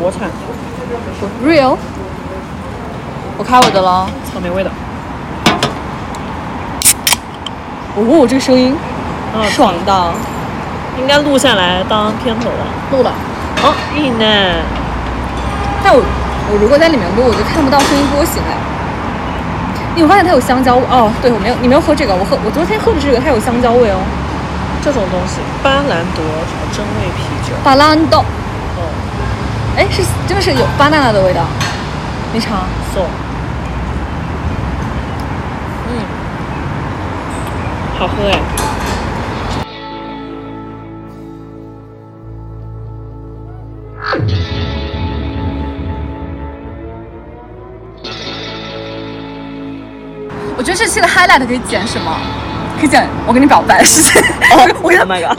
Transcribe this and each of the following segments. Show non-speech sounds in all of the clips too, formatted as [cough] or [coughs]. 国产 real。我开我的了。草莓味的，哦，这个声音很好吃爽到啊应该录下来当片头了。录了。哦，硬呢？但我我如果在里面录，我就看不到声音波形哎。你有发现它有香蕉味哦？对，我没有，你没有喝这个，我喝我昨天喝的这个，它有香蕉味哦。这种东西，巴兰德什么真味啤酒，巴兰豆，哦，哎，是真的是有 banana 的味道。你尝，送。嗯，好喝哎。 [laughs] 我觉得这期的 highlight 可以剪什么？可以剪我跟你表白的事情。哦 [laughs] 我跟他 Oh my god！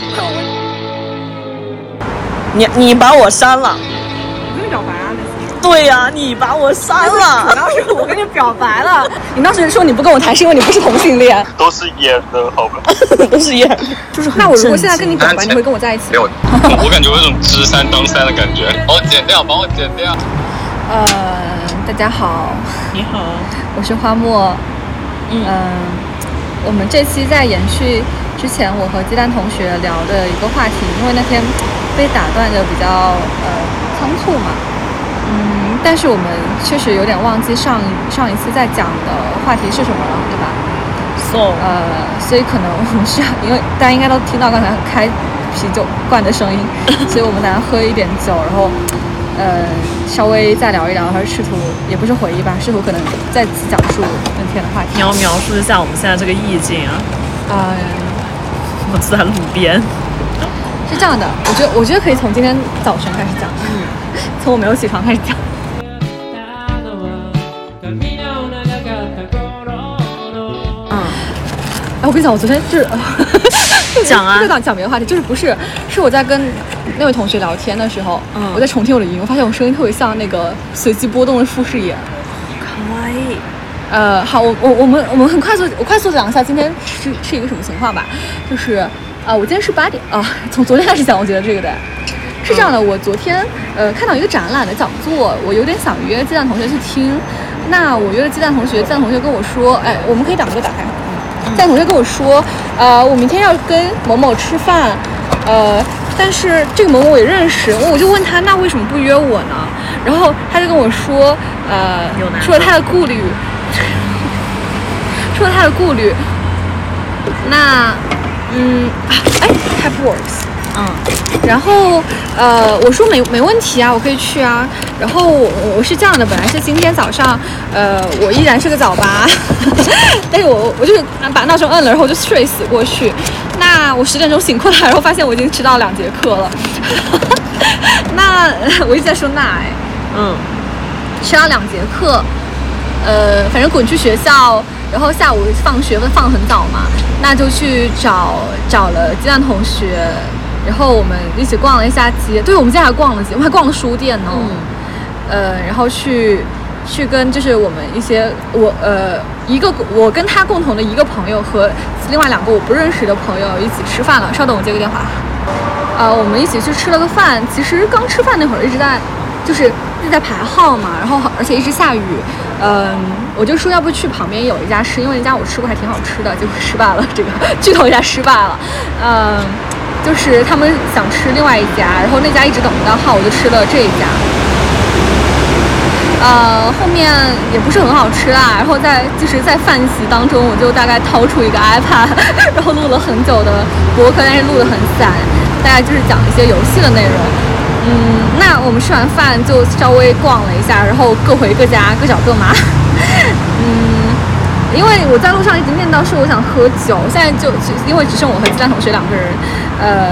你你把我删了？我跟你表白啊，那次。对呀、你把我删主要是 [laughs] 我跟你表白了。你当时说你不跟我谈，是因为你不是同性恋。都是演的，好吧？都 [laughs] 是演。就是那我如果现在跟你表白，震惊你会跟我在一起没有吗？，我感觉有一种知三当三的感觉。帮我剪掉，帮我剪掉。呃，大家好， [laughs] 你好，我是花沫。嗯嗯、我们这期在延续之前我和鸡蛋同学聊的一个话题，因为那天被打断的比较呃仓促嘛。嗯，但是我们确实有点忘记上一上一次在讲的话题是什么了，对吧？送呃，所以可能我们需要，因为大家应该都听到刚才开啤酒罐的声音，所以我们大家喝一点酒，然后呃稍微再聊一聊，还是试图也不是回忆吧，试图可能再次讲述那天的话题。你要描述一下我们现在这个意境啊？呃，我坐在路边，是这样的，我觉得我觉得可以从今天早晨开始讲，从我没有起床开始讲。嗯，哎，我跟你讲，我昨天就是 [laughs] 讲啊就想讲别的话题，就是不是是我在跟那位同学聊天的时候，嗯我在重听我的语音，我发现我声音特别像那个随机波动的傅士野。卡哇伊，呃，好，我我我们我们很快速，我快速讲一下今天是是一个什么情况吧，就是啊、我今天是八点啊、从昨天开始讲，我觉得这个的。是这样的，我昨天呃看到一个展览的讲座，我有点想约鸡蛋同学去听。那我约了鸡蛋同学，鸡蛋同学跟我说，哎，我们可以两个都打开。嗯鸡蛋同学跟我说，呃，我明天要跟某某吃饭，呃，但是这个某某我也认识，我我就问他，那为什么不约我呢？然后他就跟我说，呃有难，说了他的顾虑，说了他的顾虑。那，嗯，啊哎，Type Works。嗯，然后呃，我说没没问题啊，我可以去啊。然后我我是这样的，本来是今天早上，呃，我依然是个早八， [laughs] 但是我我就是把闹钟摁了，然后我就睡死过去。那我十点钟醒过来，然后发现我已经迟到两节课了。 [laughs] 那 [laughs] 我一直在说那哎，嗯，迟到两节课，呃，反正滚去学校，然后下午放学放很早嘛，那就去找找了鸡蛋同学，然后我们一起逛了一下街，对，我们今天还逛了街，我们还逛了书店呢，嗯呃，然后去去跟就是我们一些我呃一个我跟他共同的一个朋友和另外两个我不认识的朋友一起吃饭了，稍等我接个电话。呃，我们一起去吃了个饭。其实刚吃饭那会儿一直在，就是一直在排号嘛，然后而且一直下雨。嗯、我就说要不去旁边有一家吃，因为那家我吃过还挺好吃的，结果失败了，这个 [laughs] 剧透一下失败了。嗯、就是他们想吃另外一家，然后那家一直等不到号，我就吃了这一家。呃，后面也不是很好吃啦。然后在就是在饭席当中，我就大概掏出一个 iPad，然 [laughs] 后录了很久的博客，但是录得很散，大概就是讲一些游戏的内容。嗯，那我们吃完饭就稍微逛了一下，然后各回各家，各找各妈。嗯，因为我在路上一直念叨说我想喝酒，现在就只因为只剩我和鸡蛋同学两个人，呃，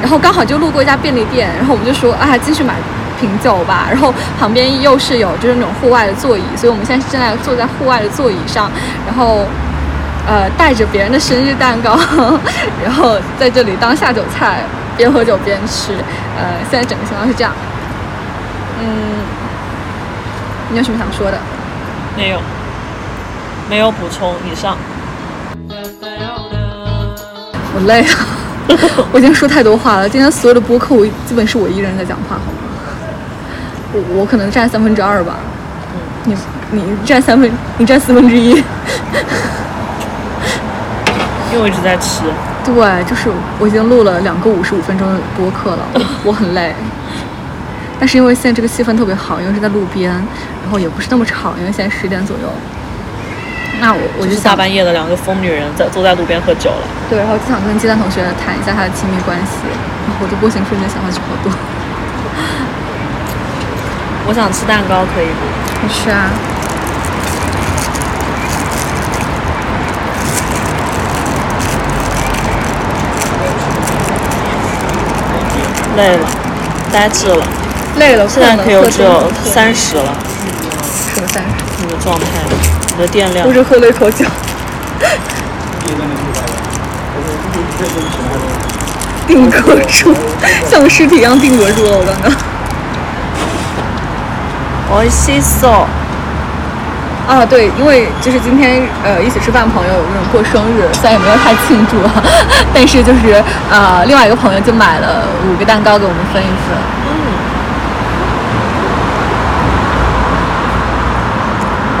然后刚好就路过一家便利店，然后我们就说啊，进去买瓶酒吧。然后旁边又是有就是那种户外的座椅，所以我们现在正在坐在户外的座椅上，然后呃带着别人的生日蛋糕， [laughs] 然后在这里当下酒菜，边喝酒边吃。呃，现在整个情况是这样。嗯，你有什么想说的？没有，没有补充，以上。我累啊 [laughs] 了，我已经说太多话了。今天所有的播客我基本是我一个人在讲话，好吗？我我可能占三分之二吧，你你占三分，你占四分之一。 [laughs] 因为我一直在吃。对，就是我已经录了两个五十五分钟的播客了，我我很累。但是因为现在这个气氛特别好，因为是在路边，然后也不是那么吵，因为现在十点左右。那我我我就就想下半夜的两个疯女人在坐在路边喝酒了。对，然后就想跟鸡蛋同学谈一下他的亲密关系，然后我的波形瞬间想下去好多。我想吃蛋糕，可以不？你吃啊？累了，呆滞了。累了，现在可有只有三三十了，什么三十？你的状态，你的电量我。只喝了一口酒。定格 [laughs] 住，像个尸体一样定格住了。我刚刚我吸收。啊，对，因为就是今天呃一起吃饭，朋友有那种过生日，虽然也没有太庆祝，啊 [laughs] 但是就是呃另外一个朋友就买了五个蛋糕给我们分一分。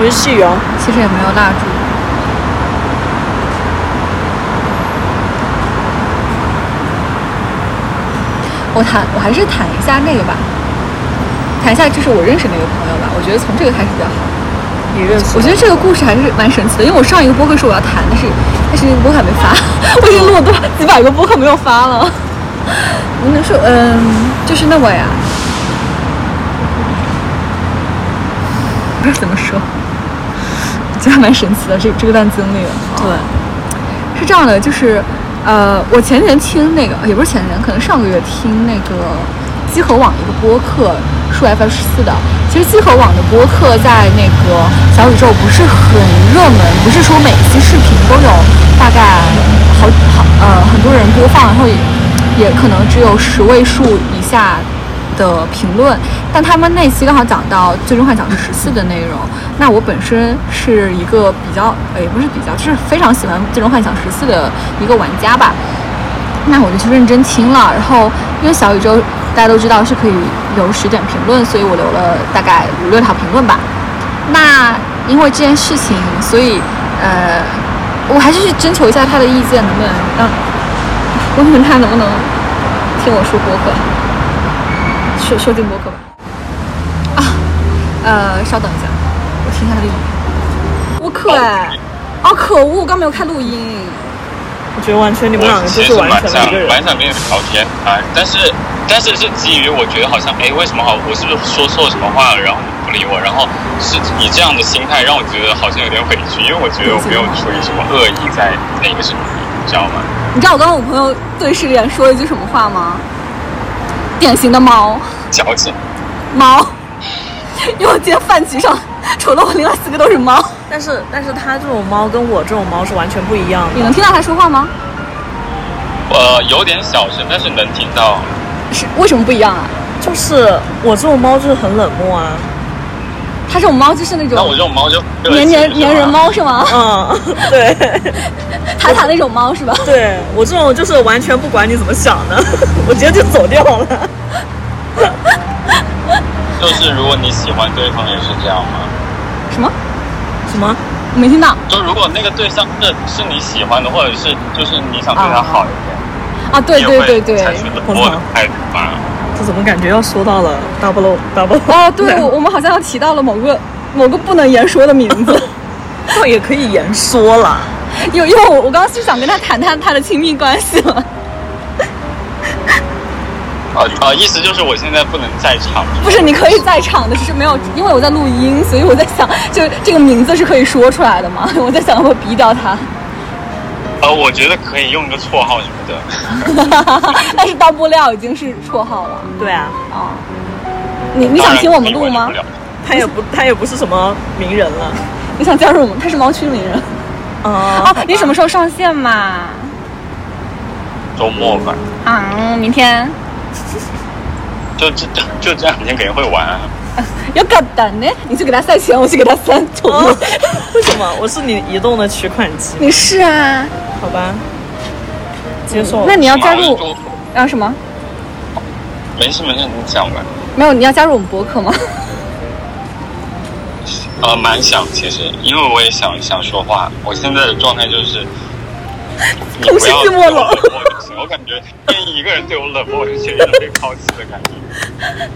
我是细油。其实也没有蜡烛。我谈，我还是谈一下那个吧，谈一下就是我认识那个朋友吧。我觉得从这个开始比较好。你认识我觉得这个故事还是蛮神奇的，因为我上一个播客说我要谈，但是但是那个播客还没发， [laughs] 我已经录了多少几百个播客没有发了。我能说，嗯，就是那个呀，不知道怎么说，我觉得还蛮神奇的这这个段经历了。对，是这样的，就是，呃，我前几天听那个，也不是前几天，可能上个月听那个机核网一个播客，数 F 十四的。其实机核网的播客在那个小宇宙不是很热门，不是说每期视频都有大概好好呃很多人播放，然后也也可能只有十位数以下的评论，但他们那期刚好讲到《最终幻想十四》的内容。那我本身是一个比较，呃，也不是比较，就是非常喜欢《最终幻想十四》的一个玩家吧。那我就去认真听了，然后因为小宇宙大家都知道是可以留十点评论，所以我留了大概五六条评论吧。那因为这件事情，所以呃，我还是去征求一下他的意见，能不能让，问问他能不能听我说播客。收收进播客吧。啊，呃，稍等一下，我听一下它的语音。我可哎，哦，可恶，我刚没有开录音。我觉得完全你们两我个就其是实完蛮全想两个人。蛮想跟你们聊天啊，但是但是是基于我觉得好像哎为什么好我是不是说错什么话了，然后你不理我，然后是你这样的心态让我觉得好像有点委屈，因为我觉得我没有出于什么恶意在那个什么，你知道吗？你知道我刚刚我朋友对视脸说了一句什么话吗？典型的猫矫情。猫， [laughs] 因为我今天饭局上除了我，另外四个都是猫。但是但是他这种猫跟我这种猫是完全不一样你的。能听到它说话吗？呃，有点小声，但是能听到。是为什么不一样啊？就是我这种猫就是很冷漠啊。它这种猫就是那那我种这种猫就个粘性粘是吧粘人，猫是 [laughs] 吗？嗯， [laughs] 对塔塔那种猫是吧？对，我这种就是完全不管你怎么想的， [laughs] 我直接就走掉了。就是如果你喜欢对方也是这样吗？什么？什么？我没听到就如果那个对象是是你喜欢的，或者是就是你想对他好一点，啊？对你也对会对对。采取冷漠的态度吧。这怎么感觉要说到了 double double？哦， [laughs] 对，我我们好像要提到了某个某个不能言说的名字， [laughs] 倒也可 [laughs] 以言说了。因为因为我我刚刚是想跟他谈谈他的亲密关系了，啊啊，意思就是我现在不能在场。不是你可以在场的，只是没有，因为我在录音，所以我在想，就这个名字是可以说出来的嘛， [laughs] 我在想要不要逼掉他，呃，我觉得可以用一个绰号什么的。 [laughs] 但是到不了已经是绰号了对啊，啊。你你想听我们录吗当然可以完全不？了他也不他也不是什么名人了。你想加入我们？他是猫区名人哦哦，你什么时候上线嘛？周末吧，啊，明天。就这就就这两天肯定会玩啊。有搞蛋呢？你去给他塞钱，我去给他塞ถุ 哦 ง。为什么？我是你移动的取款机， [laughs] 你是啊？好吧？接受。那你要加哦马上入就啊什么？没事没事，你讲吧。没有，你要加入我们博客吗？呃，蛮想其实，因为我也想想说话。我现在的状 [laughs] 态就是，你空不虚要寂对寞我冷冷漠就行。我感觉愿意一个人对我冷漠，我就觉得被抛弃的感觉。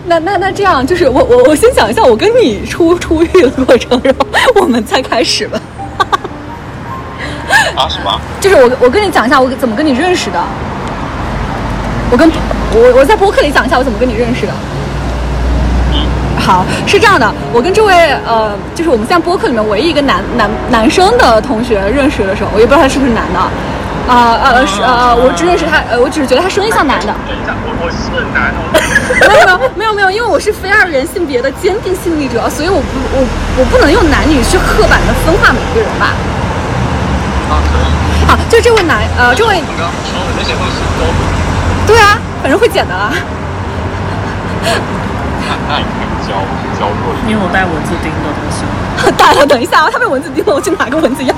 那那那这样，就是我我我先讲一下我跟你出出狱的过程，然后我们再开始吧。啊什么？就是我我跟你讲一下我怎么跟你认识的。我跟我我在播客里讲一下我怎么跟你认识的。好，是这样的，我跟这位呃，就是我们现在播客里面唯一一个男男男生的同学认识的时候，我也不知道他是不是男的，啊呃呃是呃，我只认识他，呃我只是觉得他声音像男的，等一下，我我是男的。没有没有没有，因为我是非二元性别的坚定性力者，所以我不我我不能用男女去刻板的分化每一个人吧。啊，可以。好，就这位男呃这位我刚刚说的那些东西都对啊， [laughs] 反正会剪的啦。那那你可以教我教过你有带蚊子叮的东西吗？大了，等一下啊，他被蚊子叮了，我去拿个蚊子药。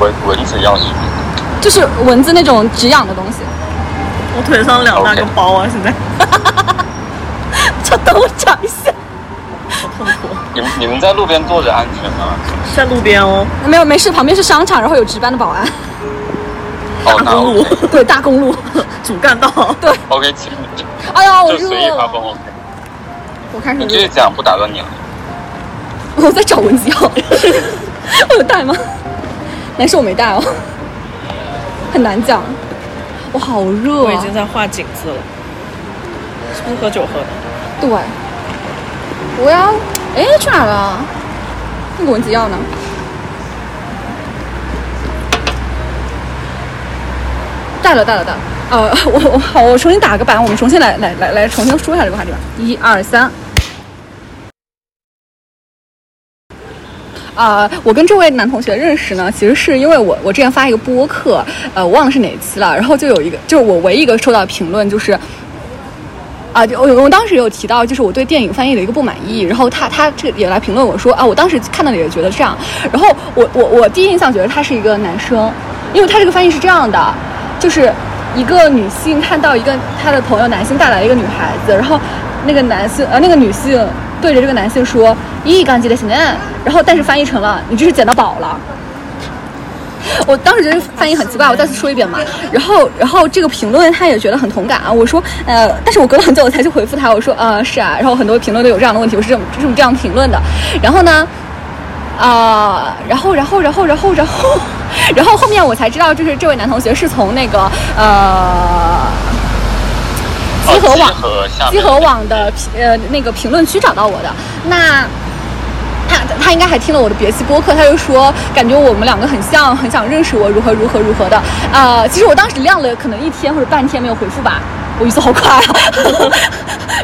蚊蚊子药是什么？ [laughs] 就是蚊子那种止痒的东西，我腿上两大个 OK 包啊，现在就等我找一下。好痛苦。 [laughs] 你们你们在路边坐着安全吗？在路边哦，没有，没事，旁边是商场，然后有值班的保安。 [laughs] 哦，大那 [laughs] 公路对，大公路。主干道。 OK，请你哎呀，我就热随意发了。疯 OK。我开始你热继续了，讲，不打断你了。 [laughs] 我在找蚊子药。我有带吗？难受，我没带哦。很难讲。我好热、我已啊经。在画景子了。是不是喝酒喝的？对。我要，哎，去哪儿了？那个蚊子药呢？带了，带了，带了。呃， [laughs] 我我好，我重新打个板，我们重新来来来来重新说一下这个话题吧。一二三。啊，我跟这位男同学认识呢，其实是因为我我之前发一个播客，呃，我忘了是哪期了，然后就有一个，就是我唯一一个收到的评论就是，啊，就我我当时有提到，就是我对电影翻译的一个不满意，然后他他这个也来评论我说啊，我当时看到了也觉得这样，然后我我我第一印象觉得他是一个男生，因为他这个翻译是这样的，就是一个女性看到一个她的朋友男性带来一个女孩子，然后那个男性呃那个女性对着这个男性说咦，干净的行啊，然后但是翻译成了你这是捡到宝了。我当时觉得翻译很奇怪，我再次说一遍嘛。然后，然后这个评论他也觉得很同感啊。我说，呃，但是我隔了很久我才去回复他，我说，呃，是啊。然后很多评论都有这样的问题，我是这么这么这样评论的。然后呢，啊、然后，然后，然后，然后，然后，然后后面我才知道，就是这位男同学是从那个呃集合网哦集合下面集合网的评呃那个评论区找到我的。那他他应该还听了我的别期播客，他就说感觉我们两个很像，很想认识我，如何如何如何的。呃，其实我当时晾了可能一天或者半天没有回复吧，我语速好快啊。 [laughs]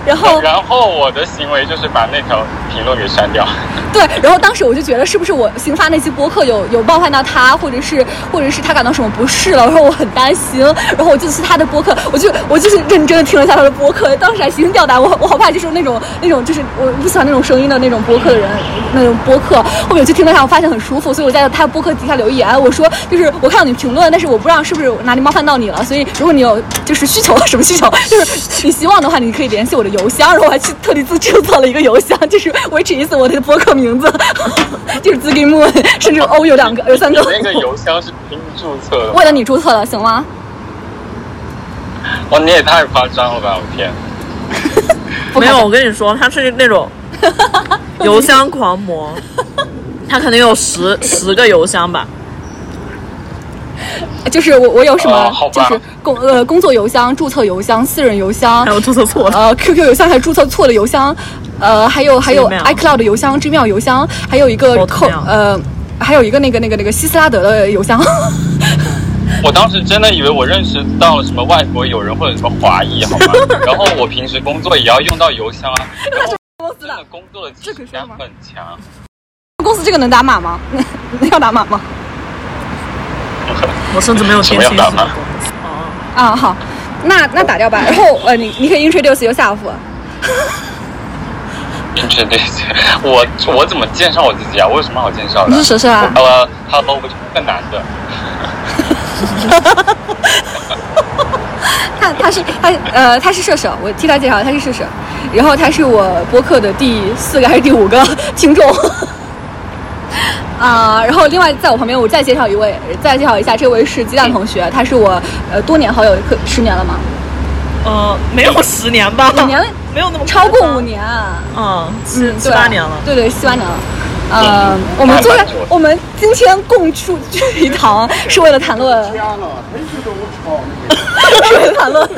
然后然后我的行为就是把那条评论给删掉。对，然后当时我就觉得是不是我新发那期播客有有冒犯到他，或者是或者是他感到什么不适了，然后我很担心，然后我就去他的播客，我就我就是认真的听了一下他的播客，当时还心惊吊胆，我我好怕就是那种那种就是我不喜欢那种声音的那种播客的人那种播客，后面我去听了一下，我发现很舒服，所以我在他播客底下留言，我说就是我看到你评论，但是我不知道是不是哪里冒犯到你了，所以如果你有就是需求什么需求，就是你希望的话，你可以联系我的邮箱，然后我还去特地自制造了一个邮箱，就是维持一次我的播客名字， [laughs] 就是自给 moon，甚至 [laughs] o 有两个有三个 [laughs] 你，那个邮箱是拼注册的吗为了你注册了，行吗？哦哇，你也太夸张了吧！我天，不没夸有，张我跟你说，他是那 [laughs] 种邮箱狂魔，他可能有十十个邮箱吧。就是我我有什么、哦好就吧是工呃工作邮箱、注册邮箱、私人邮箱还，有注册哎错了，呃 QQ 邮箱还注册错了邮箱，呃还有还有 Gmail iCloud 邮箱、Gmail 邮箱，还有一个 Hotmail 扣呃还有一个那个那个那个希斯拉德的邮箱， [laughs] 我当时真的以为我认识到了什么外国友人或者什么华裔，好吗？ [laughs] 然后我平时工作也要用到邮箱啊，然后公司真的的工作的质感很强。公司这个能打码吗？ [laughs] 要打码吗？我甚至没有听清楚。什么样的哦，啊好，那那打掉吧。然后呃你你可以 introduce yourself。对对对，我我怎么介绍我自己啊？我有什么好介绍的？你是蛇蛇啊呃，Hello，我是个男的。他他是他呃他是射手，我替他介绍，他是射手，然后他是我播客的第四个还是第五个听众。啊、然后另外在我旁边，我再介绍一位，再介绍一下，这位是鸡蛋同学，他是我呃多年好友，可十年了吗？呃，没有十年吧？五年了没有那么超过夸张五。年啊。哦嗯，七嗯七对啊八年了。对对，七八年了。呃，我们坐在我们今天共处聚一堂，是为了谈论，家了，谁知道我操你个！ [laughs] 是为了谈论，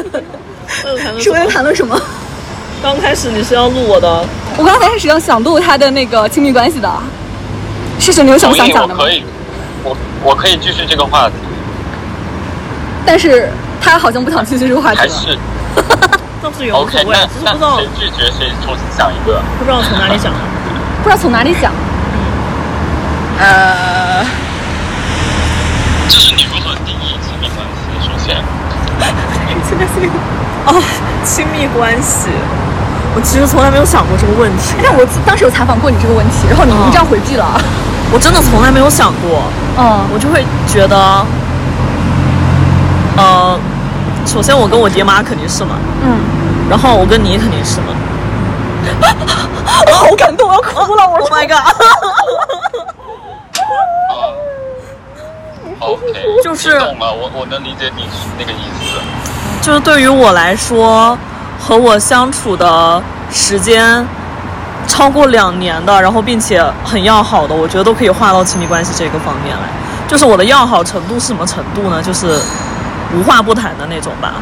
是是为了谈论什么？刚开始你是要录我的，我刚才实际上想录他的那个亲密关系的，是是你有什么同想意，讲我的吗可？以，我我可以继续这个话题，但是他好像不想继续这个话题还了。是倒是也无 OK？所谓，那只是不知那道谁拒绝谁重新想一个？不知道从哪里想的。不知道从哪里讲。呃，就是你如何定义亲密关系？首先，现在是哦，亲密关系，我其实从来没有想过这个问题，但我当时有采访过你这个问题，然后你哦你这样回避了。我真的从来没有想过，嗯，我就会觉得，呃，首先我跟我爹妈肯定是嘛，嗯，然后我跟你肯定是嘛。我啊好感动，我要哭了，我 Oh my god！ [laughs] 啊，OK，就是你懂了，我我能理解你那个意思。就是对于我来说，和我相处的时间超过两年的，然后并且很要好的，我觉得都可以划到亲密关系这个方面来。就是我的要好程度是什么程度呢？就是无话不谈的那种吧。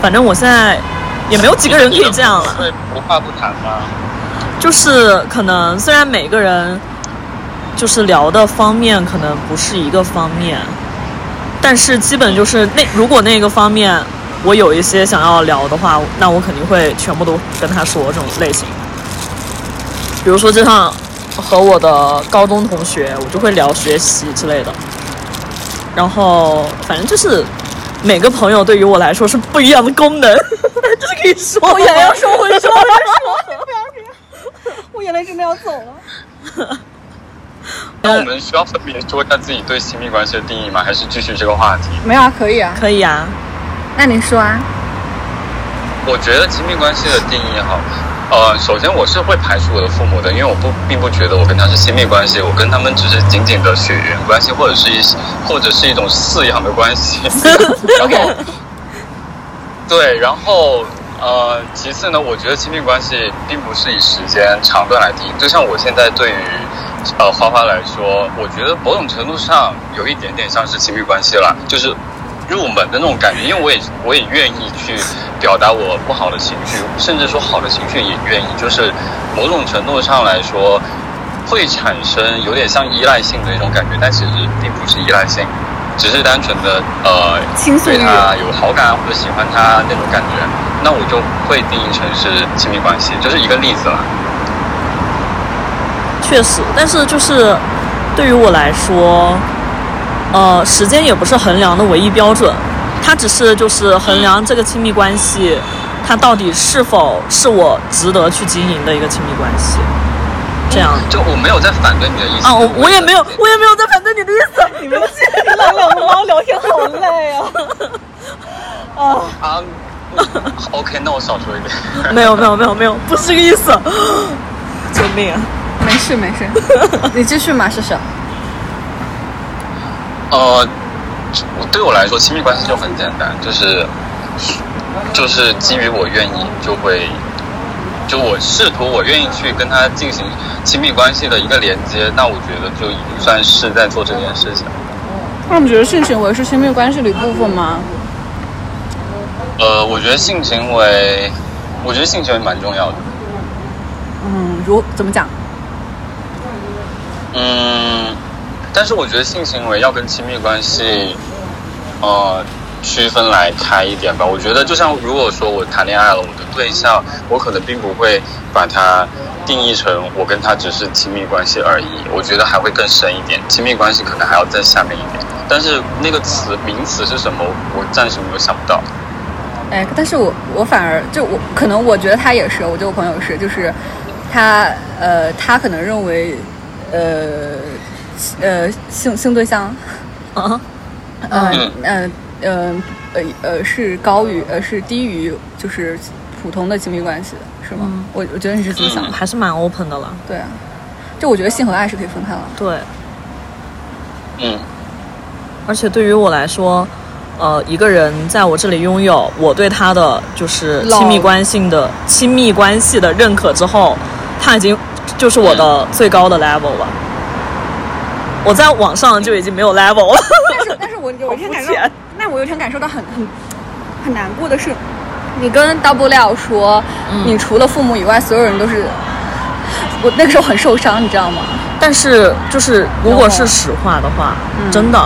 反正我现在也没有几个人可以这样了。对，不话不谈啊。就是可能虽然每个人就是聊的方面可能不是一个方面，但是基本就是那如果那个方面我有一些想要聊的话，那我肯定会全部都跟他说这种类型。比如说，就像和我的高中同学，我就会聊学习之类的。然后，反正就是每个朋友对于我来说是不一样的功能， [laughs] 这是可以说吗。我眼泪要说，我说，我说，我眼泪真的要走了。那嗯我们需要分别说一下自己对亲密关系的定义吗？还是继续这个话题？没有啊，可以啊。可以啊。那你说啊？我觉得亲密关系的定义哈，呃，首先我是会排除我的父母的，因为我不并不觉得我跟他是亲密关系，我跟他们只是仅仅的血缘关系，或者是一或者是一种饲养的关系。然后，对，然后呃，其次呢，我觉得亲密关系并不是以时间长短来定义，就像我现在对于呃花花来说，我觉得某种程度上有一点点像是亲密关系了，就是入门的那种感觉，因为我也我也愿意去表达我不好的情绪，甚至说好的情绪也愿意，就是某种程度上来说。会产生有点像依赖性的一种感觉，但其实并不是依赖性，只是单纯的呃倾诉欲对他有好感啊或者喜欢他那种感觉，那我就会定义成是亲密关系，这是一个例子啦。确实，但是就是对于我来说，呃，时间也不是衡量的唯一标准，它只是就是衡量这个亲密关系，它到底是否是我值得去经营的一个亲密关系，这样。就我没有在反对你的意思啊，我我也没有，我也没有在反对你的意思。你们冷冷的猫聊天好累 [laughs] 啊。啊。OK，那我少说一点。没有没有没有没有，不是这个意思。 [gasps] 救命啊！没事没事，你继续嘛，试试。呃，我对我来说，亲密关系就很简单，就是就是基于我愿意，就会就我试图我愿意去跟他进行亲密关系的一个连接，那我觉得就已经算是在做这件事情。那你觉得性行为是亲密关系的一部分吗？呃，我觉得性行为，我觉得性行为蛮重要的。嗯，如怎么讲？嗯，但是我觉得性行为要跟亲密关系，呃，区分来开一点吧。我觉得就像如果说我谈恋爱了，我的对象，我可能并不会把它定义成我跟他只是亲密关系而已。我觉得还会更深一点，亲密关系可能还要在下面一点。但是那个词名词是什么，我暂时没有想不到。哎，但是我我反而就我可能我觉得他也是，我觉得我朋友是，就是他呃他可能认为呃呃性性对象啊，呃嗯呃呃呃呃是高于呃是低于就是普通的亲密关系的，是吗？嗯我我觉得你是这么想的，还是蛮 open 的了。对啊，就我觉得性和爱是可以分开了。对，嗯，而且对于我来说，呃，一个人在我这里拥有我对他的就是老亲密关系的亲密关系的认可之后，他已经就是我的最高的 level 了。我在网上就已经没有 level 了。但是但是我有一天感好受肤浅，那我有一天感受到很很很难过的是，你跟大不了说，嗯你除了父母以外，所有人都是，我那个时候很受伤，你知道吗？ [laughs] 但是就是如果是有实话的话，嗯真的、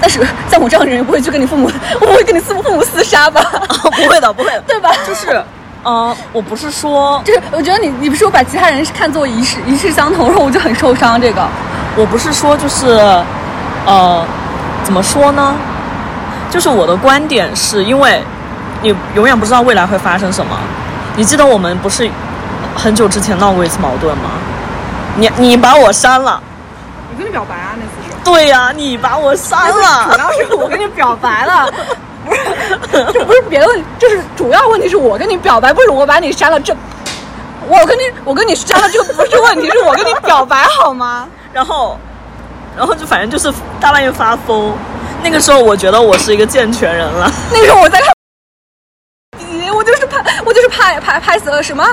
但是像我这样的人，也不会去跟你父母，我不会跟你父母父母厮杀吧？ [laughs] 不会的，不会的， [laughs] 对吧就是，呃，我不是说就是我觉得你你不是我把其他人看作一视一视相同，然后我就很受伤。这个我不是说就是，呃，怎么说呢？就是我的观点是因为你永远不知道未来会发生什么。你记得我们不是很久之前闹过一次矛盾吗？你你把我删了，我跟你表白啊，那次是。对呀、你把我删主了，要是我跟你表白了，这不是别的问题，这是主要问题是我跟你表白，不是我把你删了。这我跟你我跟你删了，这个不是问题，是我我跟你表白好吗？然后然后就反正就是大半夜发疯。那个时候我觉得我是一个健全人了，那个时候我在看，我就是拍，我就是拍拍拍死了什么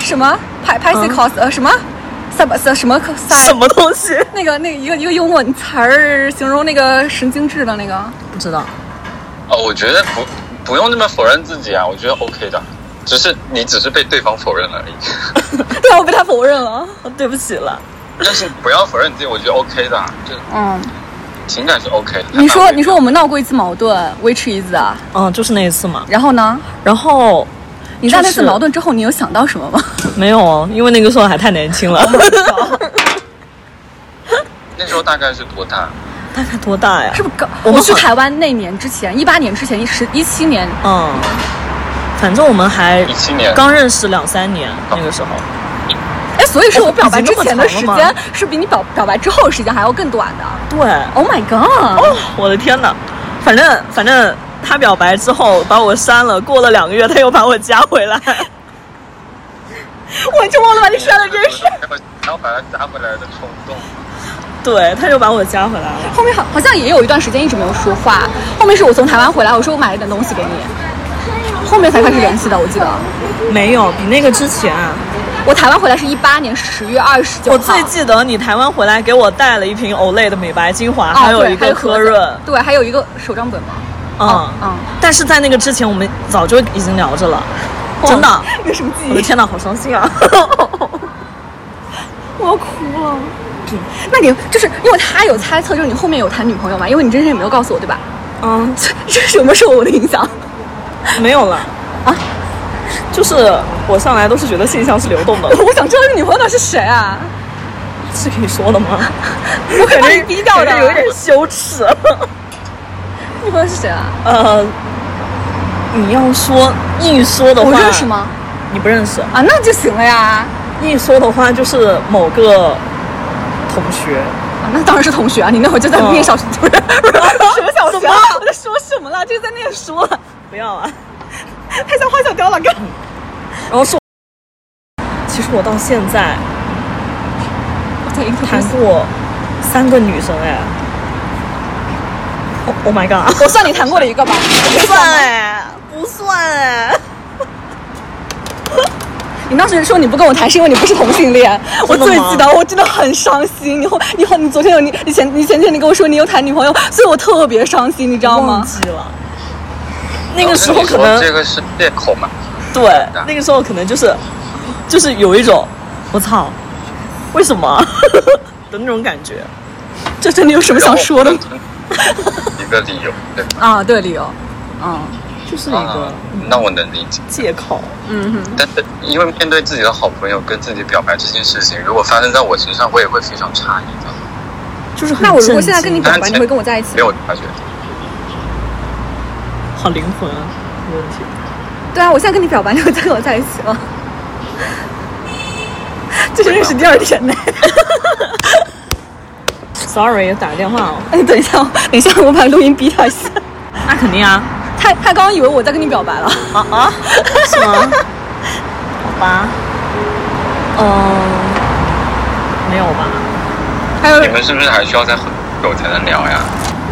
什么拍拍死 cos 呃什么塞巴塞什么嗯什塞么东西？那个那个一个一个幽默词儿形容那个神经质的那个，不知道。哦，我觉得不不用那么否认自己啊，我觉得 OK 的，只是你只是被对方否认而已， [laughs] 对啊，我被他否认了。哦对不起了，但是不要否认自己，我觉得 OK 的啊，就嗯，情感是 OK 的。你说你说我们闹过一次矛盾，维持一次啊，嗯，就是那一次嘛。然后呢？然后你在那次就是矛盾之后，你有想到什么 [laughs] 吗？没有哦，因为那个时候还太年轻哦了。那时候大概是多大？ [laughs] 大概多大呀是？不是刚我我们们去好台湾那年之前，一八年之前，一十一七年，嗯，反正我们还一七年。刚认识两三年那个时哦候。哎，所以是我表白之前的时已经那么长了间是比你表表白之后的时间还要更短的。对， Oh my god！哦，我的天哪！反正反正他表白之后把我删了，过了两个月他又把我加回来。 [laughs] 我就忘了把你删了这件事。然后把它加回来的冲动。对，他又把我加回来了。后面好好像也有一段时间一直没有说话，后面是我从台湾回来，我说我买了点东西给你，后面才开始联系的。我记得没有，比那个之前，啊我台湾回来是一八年十月二十九号，我最记得你台湾回来给我带了一瓶 Olay 的美白精华，啊还有对一还个科盒子润。对，还有一个手账本嘛。嗯嗯，但是在那个之前，我们早就已经聊着了，真的。哦那什么记我的忆？天哪，好伤心啊！我要哭了。那你就是因为他有猜测，就是你后面有谈女朋友嘛？因为你之前也没有告诉我，对吧？ [laughs] [laughs] 嗯，这是什么受我的影响？ [laughs] 没有了啊，就是我向来都是觉得性向是流动的，我想知道这个女朋友到底是谁啊？ [laughs] [laughs] 是可以说的吗？我感 [laughs] 觉逼掉的感觉有点羞耻。女朋友是谁啊？ [laughs] 呃，你要说一说的话，我认识？吗？你不认识。啊，那就行了呀。啊一说的话就是某个同学，啊，那当然是同学啊！你那会儿就在嗯念小学，不是什么小学啊？ [laughs] 我在说什么了？这是在念书了，不要啊。太像花小雕了，干。然后是，其实我到现在我在一个谈过三个女生哎。Oh, oh my god！我算你谈过了一个吧？不算哎，不算哎。你当时说你不跟我谈是因为你不是同性恋，我真的最吗记得，我真的很伤心。你后你后你昨天有你你前你前天你跟我说你有谈女朋友，所以我特别伤心，你知道忘吗？记了。那个时候可然后能你说这个是借口嘛？对，那个时候可能就是就是有一种我操，为什么 [laughs] 的那种感觉。这真的有什么想说的 [laughs] 吗？一个理由，对吧？啊，对，理由，嗯就是一个啊那我能理解。借口，嗯哼。但是因为面对自己的好朋友跟自己表白这件事情，如果发生在我身上，我也会非常诧异的，就是很那我如果震现在跟你惊表白，你会跟我在一起没吗？有察觉。好灵魂啊，没问题。对啊，我现在跟你表白，你会再跟我在一起吗？ [laughs] 这是认识第二天 [laughs] 呢。 Sorry，打个电话哦。哦哦哎，等一下，等一下，我把录音逼掉一下。那肯定啊，他他刚刚以为我在跟你表白了，啊啊， [laughs] 是吗？好吧，嗯，没有吧？还有你们是不是还需要再喝酒才能聊呀？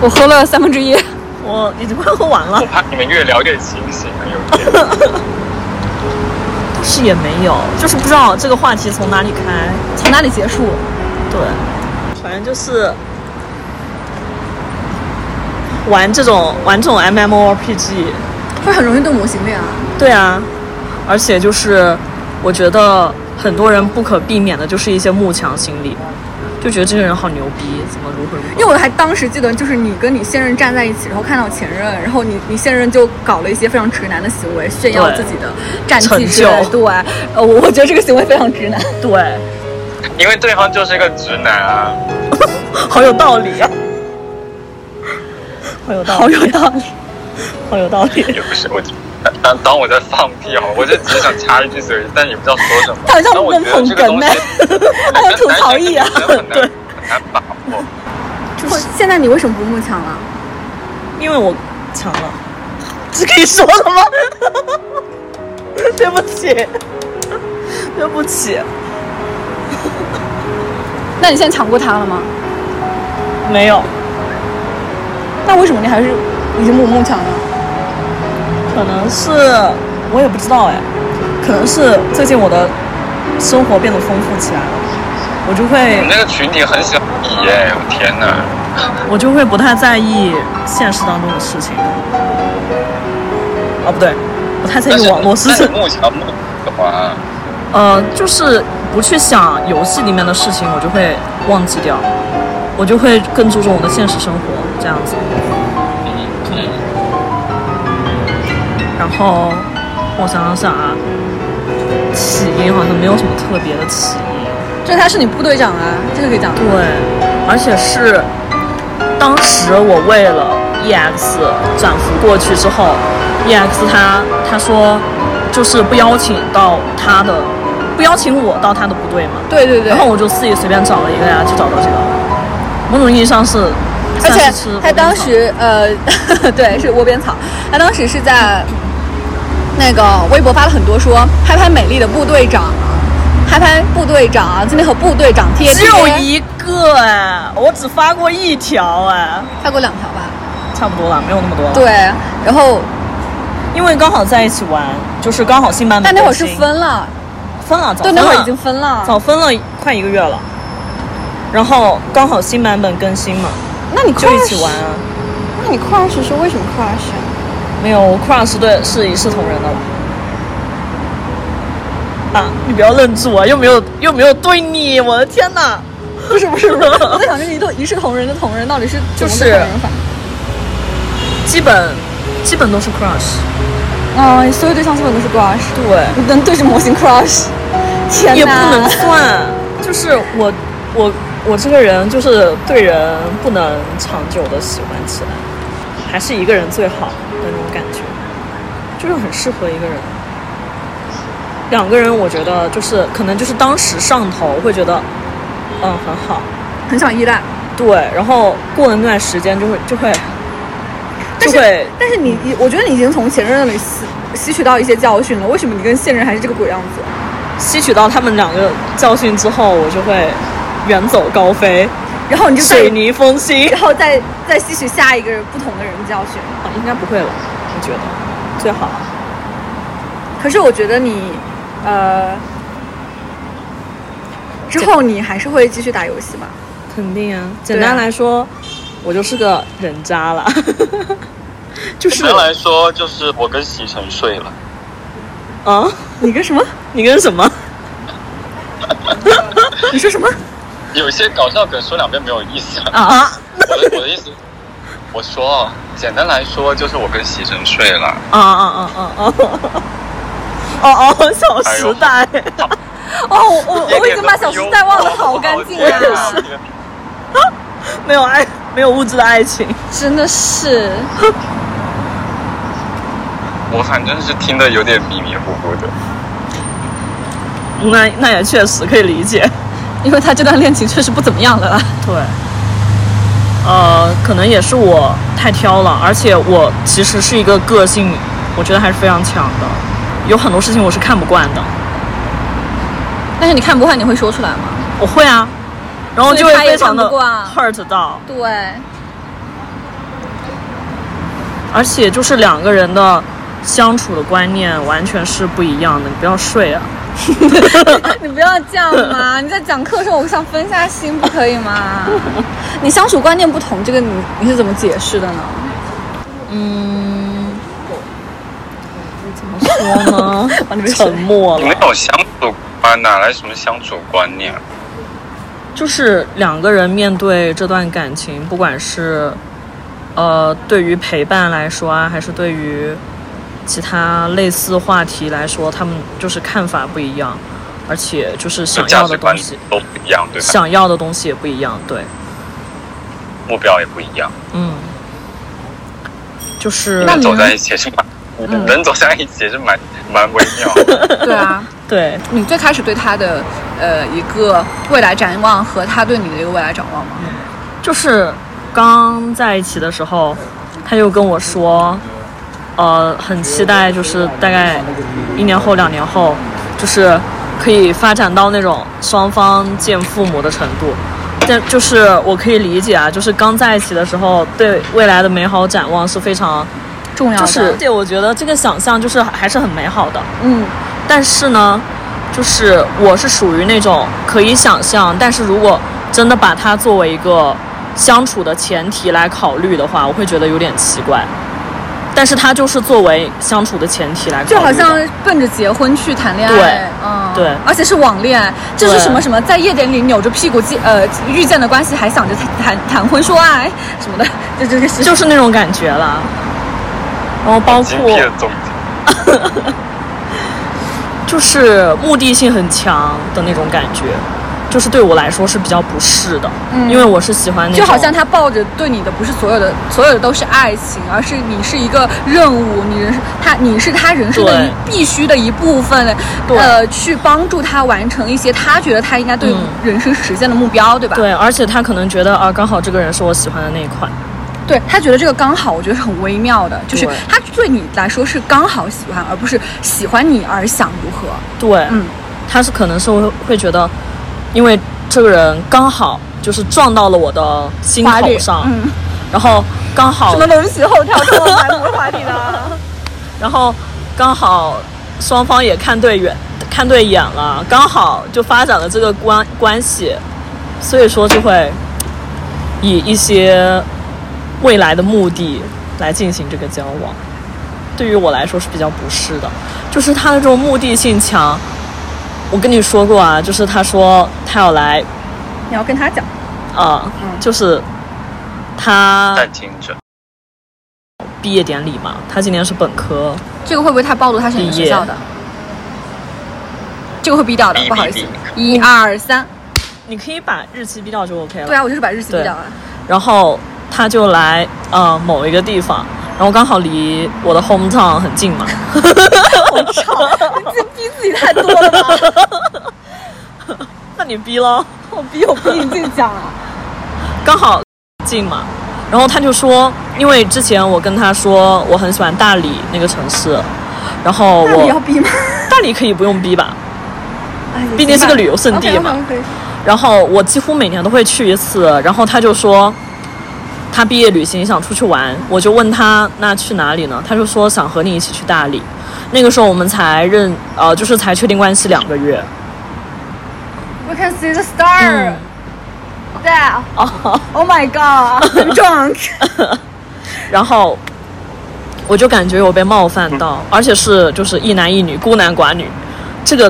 我喝了三分之一，我已经快喝完了我，怕你们越聊越清醒了，有点。倒是也没有，就是不知道这个话题从哪里开。从哪里结束？对，反正就是玩这种玩这种 MMORPG，会很容易对模型恋啊。对啊，而且就是我觉得很多人不可避免的就是一些慕强心理，就觉得这个人好牛逼，怎么如何如因为我还当时记得，就是你跟你现任站在一起，然后看到前任，然后你你现任就搞了一些非常直男的行为，炫耀对自己的战绩成之类的。就对，呃，我我觉得这个行为非常直男。何，对，因为对方就是一个直男啊，好有道理啊，好有道理，好有道理，好有道理。也不是我。当当我在放屁好，我就只是想插一句嘴，但也不知道说什么。他好像但我觉得这个东西问捧哏呢他好像吐槽艺啊男生跟女生很难对很难把握。就是现在你为什么不慕强了？ [laughs] 因为我强了，这可以说了吗？ [laughs] 对不起，对不起，那你现在抢过他了吗？没有，那为什么你还是已经不慕强了？可能是我也不知道哎，可能是最近我的生活变得丰富起来了，我就你会那个群体很小你耶，我天哪！我就会不太在意现实当中的事情。哦，不对，不太在但是意网络事但是情。目前目的话，呃，就是不去想游戏里面的事情，我就会忘记掉，我就会更注重我的现实生活这样子。嗯嗯，然后我想想啊，起因好像没有什么特别的起因，这他是你部队长啊，这个可以讲。对，而且是当时我为了 E EX 转服过去之后，EX 他他说就是不邀请到他的，不邀请我到他的部队嘛，对对对然后我就自己随便找了一个呀，就找到这个。某种意义上是，而算且是吃窝他边当草时呃， [laughs] 对，是窝边草。他当时是在那个微博发了很多说拍拍美丽的部队长，啊拍拍部队长啊，今天和部队长贴贴，只有一个哎，我只发过一条哎，发过两条吧。差不多了，没有那么多了。，对，然后嗯因为刚好在一起玩，就是刚好新版本但更新。那会儿是分了，分了，早对，分那了，会儿已经分了。早分了快一个月了。然后刚好新版本更新嘛，那你就一起玩啊。那你 crush 是为什么啊 crush？没有，Crush 对是一视同仁的了。啊，你不要愣住啊！又没有又没有对你，我的天哪！不是不是不是，我在想这一个一视同仁的同仁到底是就怎么是个同仁法？ [laughs] 基本基本都是 Crush。嗯，所有对象基本都是 crush，对，你能对着嗯模型 crush，天也不哪！能算，就是我我我这个人就是对人不能长久的喜欢起来，还是一个人最好的那种感觉，就是很适合一个人。两个人，我觉得就是可能就是当时上头会觉得，嗯，很好，很想依赖。对，然后过了那段时间就会就会就会但是你，你我觉得你已经从前任那里吸吸取到一些教训了。为什么你跟现任还是这个鬼样子？吸取到他们两个教训之后，我就会远走高飞，然后你就再水，泥 [laughs] 封心。 [laughs] 然后再再吸取下一个不同的人的教训。啊，应该不会了，我觉得最好。可是我觉得你，呃，之后你还是会继续打游戏吧？肯定啊，简单来说，我就是个人渣了， [laughs] 就是简单来说就是我跟洗尘睡了。啊，你跟什么？你跟什 [laughs] 么？你说什么？有些搞笑梗说两遍没有意思。啊我的我的意思，我说简单来说就是我跟洗尘睡了。啊啊啊啊啊！哦哦，《小时代》哦，我 [laughs] 我我已经把《小时代》忘得好干净我也啊！是没有爱，没有物质的爱情。 [laughs] 真的是，我反正是听得有点迷迷糊糊的。那那也确实可以理解。因为他这段恋情确实不怎么样了啦。对，呃，可能也是我太挑了，而且我其实是一个个性，我觉得还是非常强的，有很多事情我是看不惯的，但是你看不惯，你会说出来吗？我会啊，然后就所以会他也非常看的不啊惯 hurt 到，对，而且就是两个人的相处的观念完全是不一样的，你不要睡 [laughs] 啊。你不要这样 [laughs] 嘛！你在讲课的时候，我想分下心，不可以 [laughs] 吗？你相处观念不同，这个你你是怎么解释的呢？嗯，嗯怎么说呢往里？面 [laughs] 沉默没了，有相处观，哪来什么相处观念？啊就是两个人面对这段感情，不管是呃对于陪伴来说啊，还是对于其他类似话题来说，他们就是看法不一样，而且就是就想价要值的观东西，都不一样，对吧？想要的东西也不一样，对，目标也不一样，嗯，就是那能你走呢在一起也是蛮，嗯能走在一起也是蛮蛮微妙的。对啊，对，你最开始对他的呃一个未来展望和他对你的一个未来展望吗？就是刚在一起的时候，他又跟我说，呃，很期待，就是大概一年后、两年后，就是可以发展到那种双方见父母的程度。但就是我可以理解啊，就是刚在一起的时候，对未来的美好展望是非常，重要的，就是而且我觉得这个想象就是还是很美好的。嗯，但是呢，就是我是属于那种可以想象，但是如果真的把它作为一个相处的前提来考虑的话，我会觉得有点奇怪。但是它就是作为相处的前提来考虑的，就好像奔着结婚去谈恋爱，对嗯，对而且是网恋，这是对什么什么在夜店里扭着屁股见呃遇见的关系，还想着谈谈婚说爱什么的，这这个是就是那种感觉啦。然后 [laughs] 包精辟括的总结，就是目的性很强的那种感觉，就是对我来说是比较不适的，嗯因为我是喜欢那种就好像他抱着对你的不是所有的，所有的都是爱情，而是你是一个任务，你人他你是他人生的对一必须的一部分，对呃，去帮助他完成一些他觉得他应该对嗯人生实现的目标，对吧？对，而且他可能觉得啊，刚好这个人是我喜欢的那一款，对他觉得这个刚好，我觉得是很微妙的，就是对他对你来说是刚好喜欢，而不是喜欢你而想如何。对，嗯，他是可能是会会觉得，因为这个人刚好就是撞到了我的心华口丽，上，嗯，然后刚好什，么龙起后跳跳到 [laughs] 满足话题啊的？然后刚好双方也看对眼，看对眼了，刚好就发展了这个关关系，所以说就会以一些未来的目的来进行这个交往。对于我来说是比较不适的，就是他的这种目的性强。我跟你说过啊，就是他说他要来你要跟他讲，啊、嗯就是他在听着。毕业典礼嘛，他今年是本科，这个会不会太暴露他是哪个学校的？这个会逼啊掉的，逼不好意思逼逼，一二三，你可以把日期逼掉就 OK 了。对啊，我就是把日期逼对掉了。然后他就来呃某一个地方，然后刚好离我的 hometown 很近嘛， [laughs] 自逼自己太多了吧？那你逼咯，我逼我逼你自己讲啊！刚好近嘛。然后他就说，因为之前我跟他说我很喜欢大理那个城市，然后那你要 [laughs] 我逼 [laughs] 吗？大理可以不用逼吧，哎毕竟是个旅游胜地嘛。然后我几乎每年都会去一次。然后他就说，他毕业旅行想出去玩，我就问他那去哪里呢？他就说想和你一起去大理。那个时候我们才认呃，就是才确定关系两个月。 We can see the star 嗯 there。哦， Oh my [laughs] god！很 drunk。然后我就感觉我被冒犯到，而且是就是一男一女，孤男寡女，这个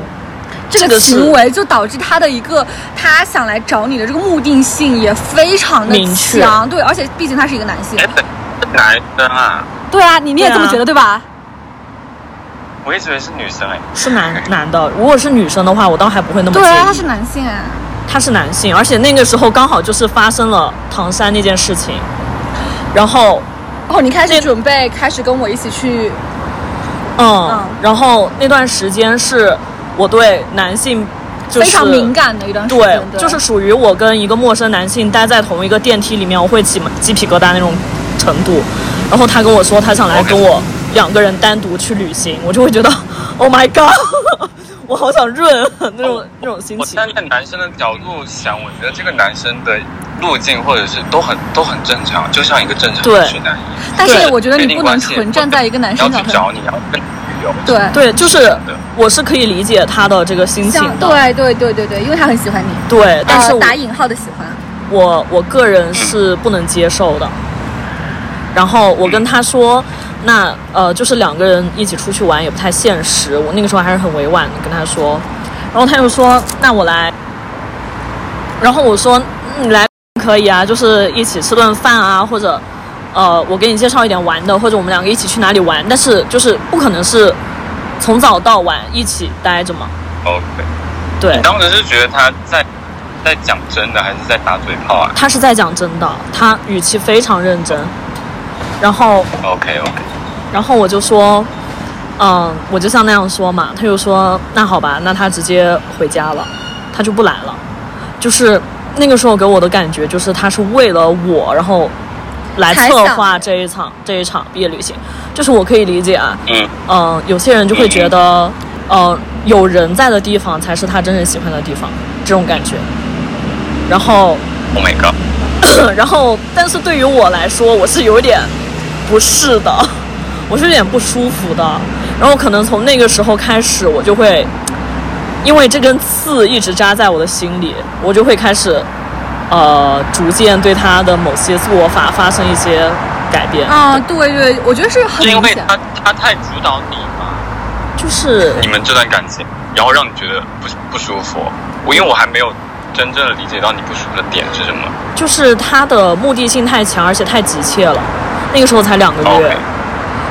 这这个个是行为就导致他的一个他想来找你的这个目的性也非常的明确强，对，而且毕竟他是一个男性哎，，等是男生啊，对啊，你你也这么对啊觉得对吧？我一直以为是女生哎。是男男的。如果是女生的话，我倒还不会那么对介意。啊，他是男性哎，他是男性，而且那个时候刚好就是发生了唐山那件事情，然后哦，你开始准备开始跟我一起去，嗯嗯，然后那段时间是我对男性就是非常敏感的一段时间对，，对就是属于我跟一个陌生男性待在同一个电梯里面，我会起鸡皮疙瘩那种程度。然后他跟我说他想来跟我两个人单独去旅行，我就会觉得 Oh my God，我 [laughs] 好想润那种那种心我情。站在男生的角度想，我觉得这个男生的路径或者是都很都很正常，就像一个正常对的直男一样。但是对我觉得确你定不能关系纯站在一个男生你角要度，去找你要跟你旅游，对对，就是我是可以理解他的这个心情像的。对对对对对，因为他很喜欢你，对，但是呃我、打引号的喜欢，我我个人是不能接受的。然后我跟他说，那呃，就是两个人一起出去玩也不太现实。我那个时候还是很委婉的跟他说，然后他就说，那我来。然后我说你来可以啊，就是一起吃顿饭啊，或者呃，我给你介绍一点玩的，或者我们两个一起去哪里玩。但是就是不可能是从早到晚一起待着嘛。 OK，对你，当时是觉得他在在讲真的，还是在打嘴炮啊他是在讲真的，他语气非常认真。然后？OK OK，然后我就说，嗯，我就像那样说嘛。他就说，那好吧，那他直接回家了，他就不来了。就是那个时候给我的感觉就是他是为了我，然后来才策想划这一场这一场毕业旅行。就是我可以理解啊，嗯，嗯，有些人就会觉得，呃，有人在的地方才是他真正喜欢的地方，这种感觉。然后 Oh my god！嗯然后，但是对于我来说，我是有一点不适的，我是有点不舒服的。然后可能从那个时候开始，我就会因为这根刺一直扎在我的心里，我就会开始呃，逐渐对他的某些做法发生一些改变，啊，对对，我觉得是很是因明为显，他他太主导你吗？就是你们这段感情，然后让你觉得不不舒服。我因为我还没有真正的理解到你不舒服的点是什么。就是他的目的性太强，而且太急切了。那个时候才两个月哦 OK，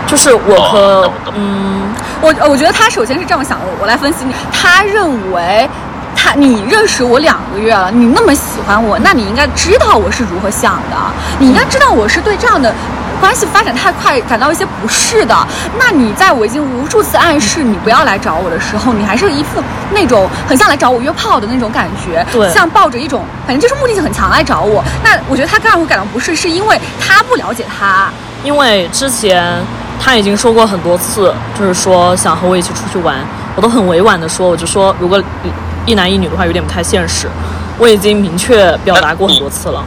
就是我哦和、那我懂嗯。我呃我觉得他首先是这么想的，我来分析你，他认为。他，你认识我两个月了，你那么喜欢我，那你应该知道我是如何想的，你应该知道我是对这样的关系发展太快感到一些不适的。那你在我已经无数次暗示你不要来找我的时候，你还是一副那种很像来找我约炮的那种感觉，对像抱着一种反正就是目的性很强来找我。那我觉得他当然会感到不适，是因为他不了解他，因为之前他已经说过很多次，就是说想和我一起出去玩，我都很委婉的说，我就说如果一男一女的话有点不太现实，我已经明确表达过很多次了。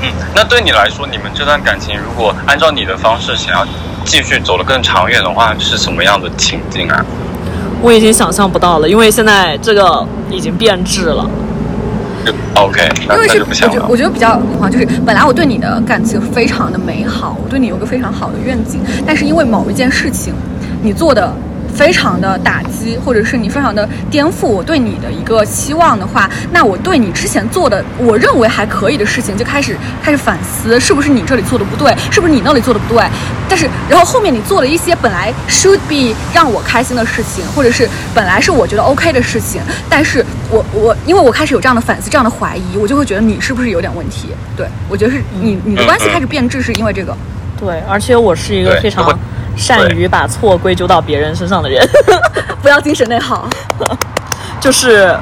嗯，那对你来说，你们这段感情如果按照你的方式想要继续走得更长远的话，是什么样的情境啊？我已经想象不到了，因为现在这个已经变质了。就 OK，那因为那是就我不觉想得了我。觉得比较恐慌，就是本来我对你的感情非常的美好，我对你有个非常好的愿景，但是因为某一件事情，你做的非常的打击，或者是你非常的颠覆我对你的一个期望的话，那我对你之前做的我认为还可以的事情，就开始开始反思，是不是你这里做的不对，是不是你那里做的不对？但是然后后面你做了一些本来 should be 让我开心的事情，或者是本来是我觉得 OK 的事情，但是我我因为我开始有这样的反思，这样的怀疑，我就会觉得你是不是有点问题？对我觉得是嗯你你的关系开始变质是因为这个。对，而且我是一个对非常会善于把错归咎到别人身上的人，不要精神内耗，就是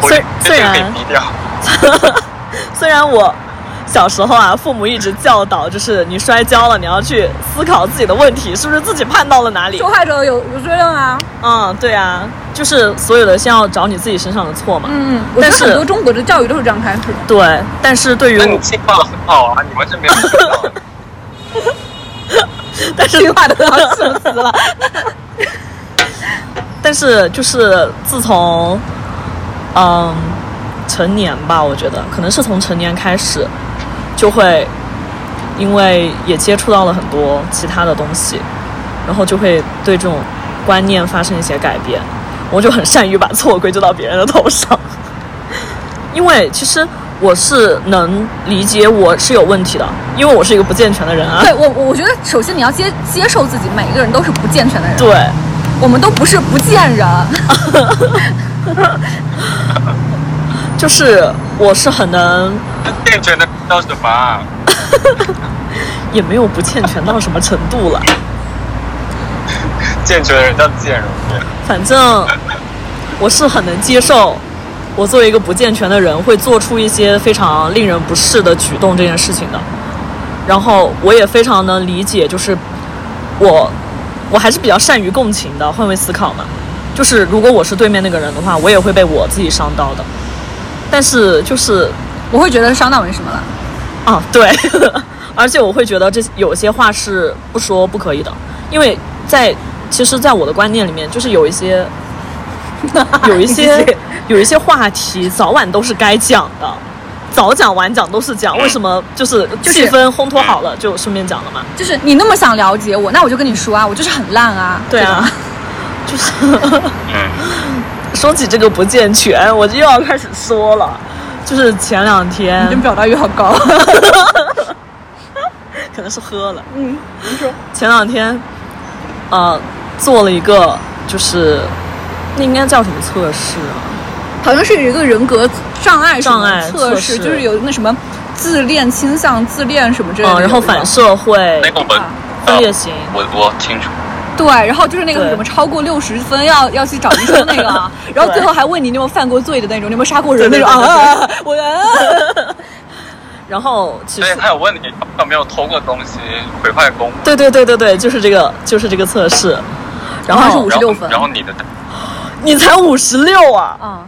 我虽觉得这虽个然可以低调。虽然我小时候啊，父母一直教导，就是你摔跤了，你要去思考自己的问题是不是自己判到了哪里受。害者有有罪任啊，嗯，对啊，就是所有的先要找你自己身上的错嘛。嗯，我觉但得是很多中国的教育都是这样开始的。对，但是对于那你我，计划的很好啊，你完全没有想到。但是听话的都要猝死了，但是就是自从，嗯，成年吧，我觉得可能是从成年开始，就会因为也接触到了很多其他的东西，然后就会对这种观念发生一些改变。我就很善于把错归咎到别人的头上，因为其实我是能理解我是有问题的，因为我是一个不健全的人啊。对我我我觉得首先你要接接受自己，每一个人都是不健全的人，对，我们都不是不见人。就是我是很能健全的叫什么啊？也没有不健全到什么程度了。 [laughs] 健全的人叫健容。反正我是很能接受，我作为一个不健全的人，会做出一些非常令人不适的举动这件事情的。然后我也非常能理解，就是我我还是比较善于共情的，换位思考嘛。就是如果我是对面那个人的话，我也会被我自己伤到的。但是就是我会觉得伤到你什么了？啊，对， [laughs] 而且我会觉得这有些话是不说不可以的，因为在其实，在我的观念里面，就是有一些有一些有一些话题，早晚都是该讲的，早讲晚讲都是讲。为什么就是就是气氛烘托好了就顺便讲了嘛？就是你那么想了解我，那我就跟你说啊，我就是很烂啊。对啊吧， [laughs] 就是。 [laughs] 嗯，说起这个不健全，我就又要开始说了，就是前两天你这表达欲好高。可能是喝了。嗯，你说前两天，呃，做了一个就是那应该叫什么测试啊？好像是有一个人格障碍什么障碍测测试就是有那什么自恋倾向、自恋什么之类的有嗯，一个。然后反社会那个我啊分裂型，我我清楚，对，然后就是那个对什么超过六十分要要去找医生那 [laughs] 个，啊然后最后还问你你有没有犯过罪的那种，你有没有杀过人那对对种对啊？我啊然后其对实，他有问你有没有偷过东西、毁坏公物，对对对对对，就是这个就是这个测试，然然后是后五然56后分然后你的你才五十六啊！啊，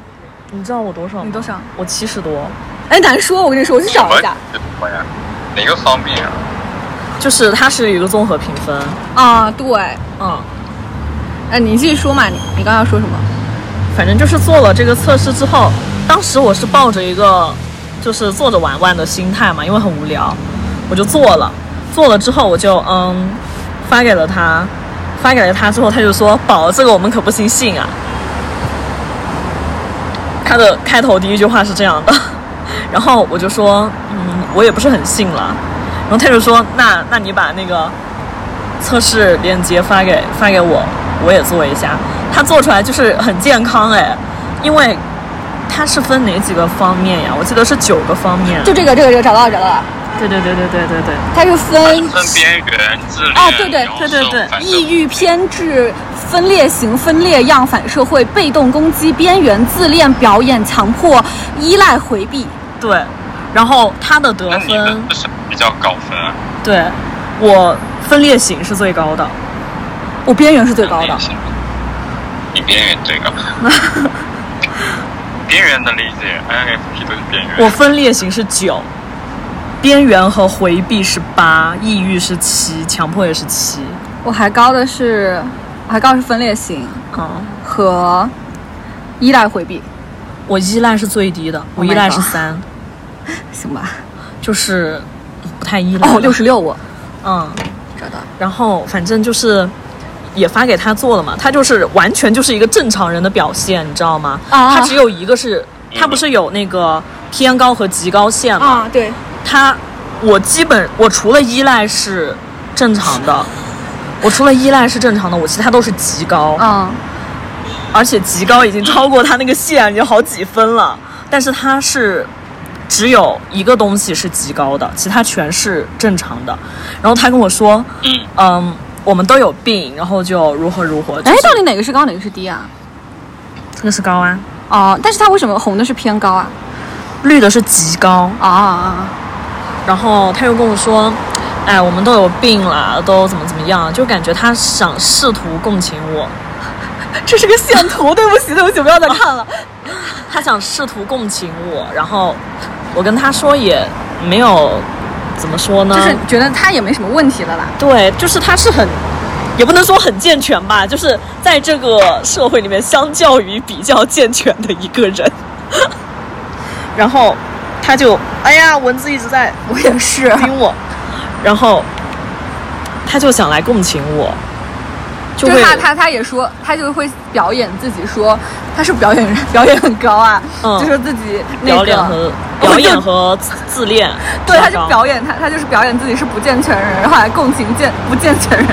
你知道我多少吗？你多少？我七十多，哎，难说，我跟你说，我去什找么一下什么呀？哪个方面啊？就是它是一个综合评分，啊。对，嗯。哎，你继续说嘛，你你刚刚要说什么？反正就是做了这个测试之后，当时我是抱着一个就是坐着玩玩的心态嘛，因为很无聊，我就做了。做了之后，我就嗯发给了他，发给了他之后，他就说：“宝，这个我们可不兴信啊。”他的开头第一句话是这样的， [laughs] 然后我就说：“嗯，我也不是很信了。”然后他就说：“那那你把那个测试链接发给发给我，我也做一下。它做出来就是很健康哎，因为它是分哪几个方面呀？我记得是九个方面。就这个这个这个找到了找到了，对对对对对对对，它是分分边缘自恋啊对对柔对对性对反抑正郁、偏执、分裂型、分裂样、反社会、被动攻击、边缘、自恋、表演、强迫、依赖、回避。对。然后它的得那你的 [laughs] 分，是比较高分啊，对我分裂型是最高的，我边缘是最高那的也，行你边缘 [laughs] 最高。边缘能理解，INFP 都是边缘。我分裂型是九，边缘和回避是八，抑郁是七，强迫也是七。我还高的是，我还高的是分裂型嗯，和依赖回避，我依赖是最低的，我 Oh my 依赖是 God 三，行吧？就是呃不太依赖。哦，六十六我嗯，找到了，然后反正就是也发给他做了嘛，他就是完全就是一个正常人的表现，你知道吗？啊他只有一个是，他不是有那个偏高和极高线嘛？啊，对，他我基本我除了依赖是正常的，我除了依赖是正常的，我其他都是极高，嗯，而且极高已经超过他那个线有好几分了，但是他是。只有一个东西是极高的，其他全是正常的。然后他跟我说，嗯，嗯，我们都有病，然后就如何如何。哎就，是到底哪个是高，哪个是低啊？这个是高啊，哦，但是它为什么红的是偏高啊？绿的是极高。啊啊然后他又跟我说，哎，我们都有病啦，都怎么怎么样，就感觉他想试图共情我， [laughs] 啊！这是个线图，对不起，对不起，不要再看了。 [laughs] 他想试图共情我。然后我跟他说也没有怎么说呢，就是觉得他也没什么问题了啦。对，就是他是很。也不能说很健全吧，就是在这个社会里面，相较于比较健全的一个人。 [laughs] 然后他就，哎呀，蚊子一直在我也是，盯 [laughs] 我，然后他就想来共情我，就就会是他他他也说，他就会表演自己说他是表演人，表演很高啊，嗯就说自己那表个，演和表演和自自恋 [laughs] 对，他是就表演他他就是表演自己是不健全人，然后还共情健不健全人。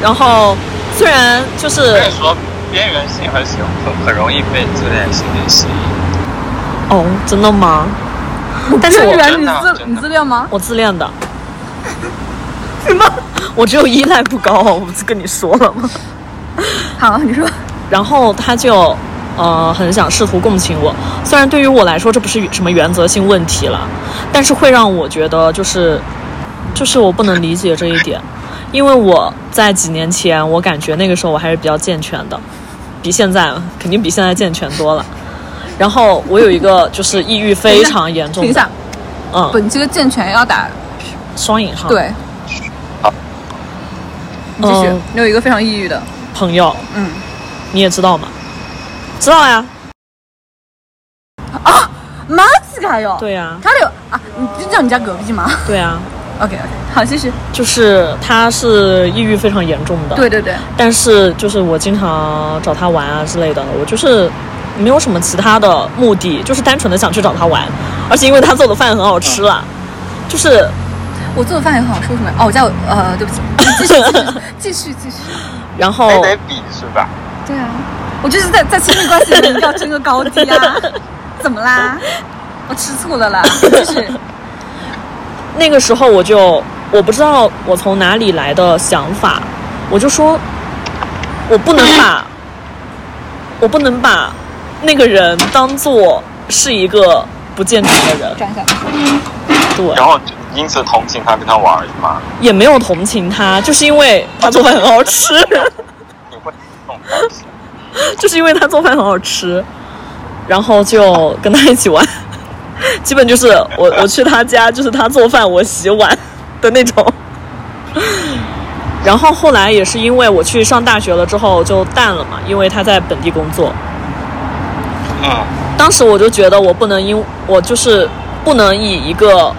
然后虽然就是所以说边缘性和喜很很容易被自恋型给吸引。哦，真的吗？ [laughs] 但是是我原真你的啊自真你的自恋吗？我自恋的。 [laughs] 什么？我只有依赖不高，我不是跟你说了吗？好，你说然后他就呃很想试图共情我。虽然对于我来说这不是什么原则性问题了，但是会让我觉得就是就是我不能理解这一点，因为我在几年前，我感觉那个时候我还是比较健全的，比现在肯定比现在健全多了。然后我有一个就是抑郁非常严重等一的，下，嗯，本期的健全要打双引号，，对。好你继续嗯，你有一个非常抑郁的，朋友，嗯，你也知道吗？知道呀，马吉卡哟，对呀，他有啊，你就叫你家隔壁吗对呀， ？OK OK，好，继续。就是他是抑郁非常严重的，对对对，但是就是我经常找他玩啊之类的，我就是没有什么其他的目的，就是单纯的想去找他玩，而且因为他做的饭很好吃啦，就是我做的饭也很好吃，为什么？哦，我家有呃， [coughs] 对不起，哎继续继续继续继续。 [laughs] 然哦后还哎得比是吧？对啊，我就是在在亲密关系里面要争个高低 [laughs] 啊，怎么啦？我吃醋了啦， [laughs] 就是那个时候我就我不知道我从哪里来的想法，我就说，我不能把，我不能把那个人当做是一个不健全的人，转一下。对， [laughs] 然后因此同情他，跟他玩儿是吗？也没有同情他，就是因为他做饭很好吃，你会这种东西？ [laughs] 就是因为他做饭很好吃，然后就跟他一起玩， [laughs] 基本就是我我去他家，就是他做饭我洗碗的那种。然后后来也是因为我去上大学了之后就淡了嘛，因为他在本地工作。嗯，当时我就觉得我不能因我就是不能以一个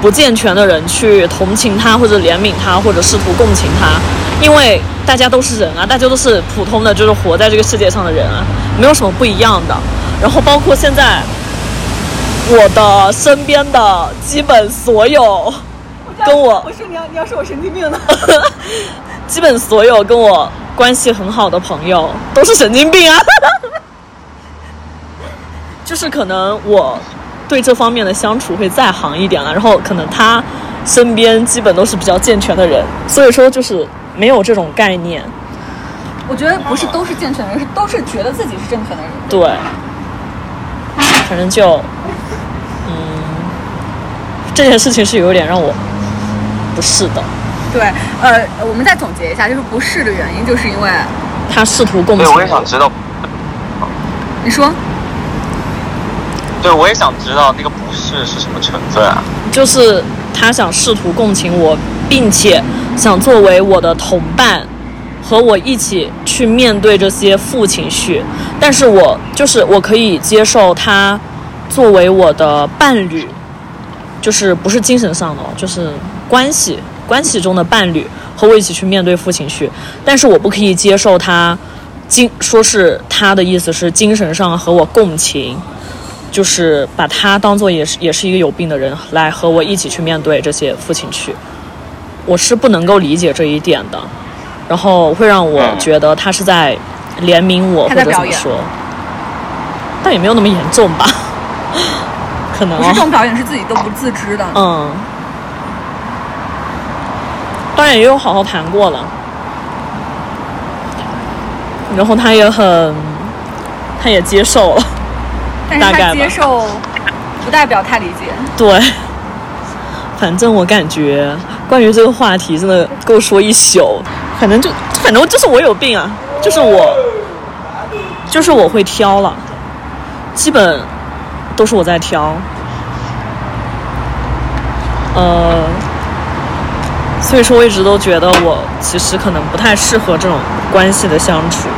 不健全的人去同情他，或者怜悯他，或者试图共情他，因为大家都是人啊，大家都是普通的，就是活在这个世界上的人啊，没有什么不一样的。然后包括现在我的身边的基本所有跟我我说你要你要说我神经病 [laughs] 呢？基本所有跟我关系很好的朋友都是神经病啊。 [laughs] 就是可能我对这方面的相处会在行一点了，啊然后可能他身边基本都是比较健全的人，所以说就是没有这种概念。我觉得不是都是健全的人，是都是觉得自己是正确的人。对，反正就，嗯，这件事情是有点让我不适的。对，呃，我们再总结一下，就是不是的原因，就是因为他试图共对，情我也想我，知道，你说对我也想知道那个不是是什么成分啊？就是他想试图共情我，并且想作为我的同伴，和我一起去面对这些负情绪。但是我就是我可以接受他作为我的伴侣，就是不是精神上的哦，就是关系关系中的伴侣，和我一起去面对负情绪。但是我不可以接受他精说是他的意思是精神上和我共情。就是把他当做也是也是一个有病的人来和我一起去面对这些负情绪，我是不能够理解这一点的，然后会让我嗯觉得他是在怜悯我他或在者怎表么演说，但也没有那么严重吧， [laughs] 可能不哦是这种表演是自己都不自知的。嗯，当然也有好好谈过了，然后他也很，他也接受了。但大是概他吧接受，不代表他理解。对，反正我感觉关于这个话题真的够说一宿。反正就反正就是我有病啊，就是我，就是我会挑了，基本都是我在挑。呃，所以说我一直都觉得我其实可能不太适合这种关系的相处。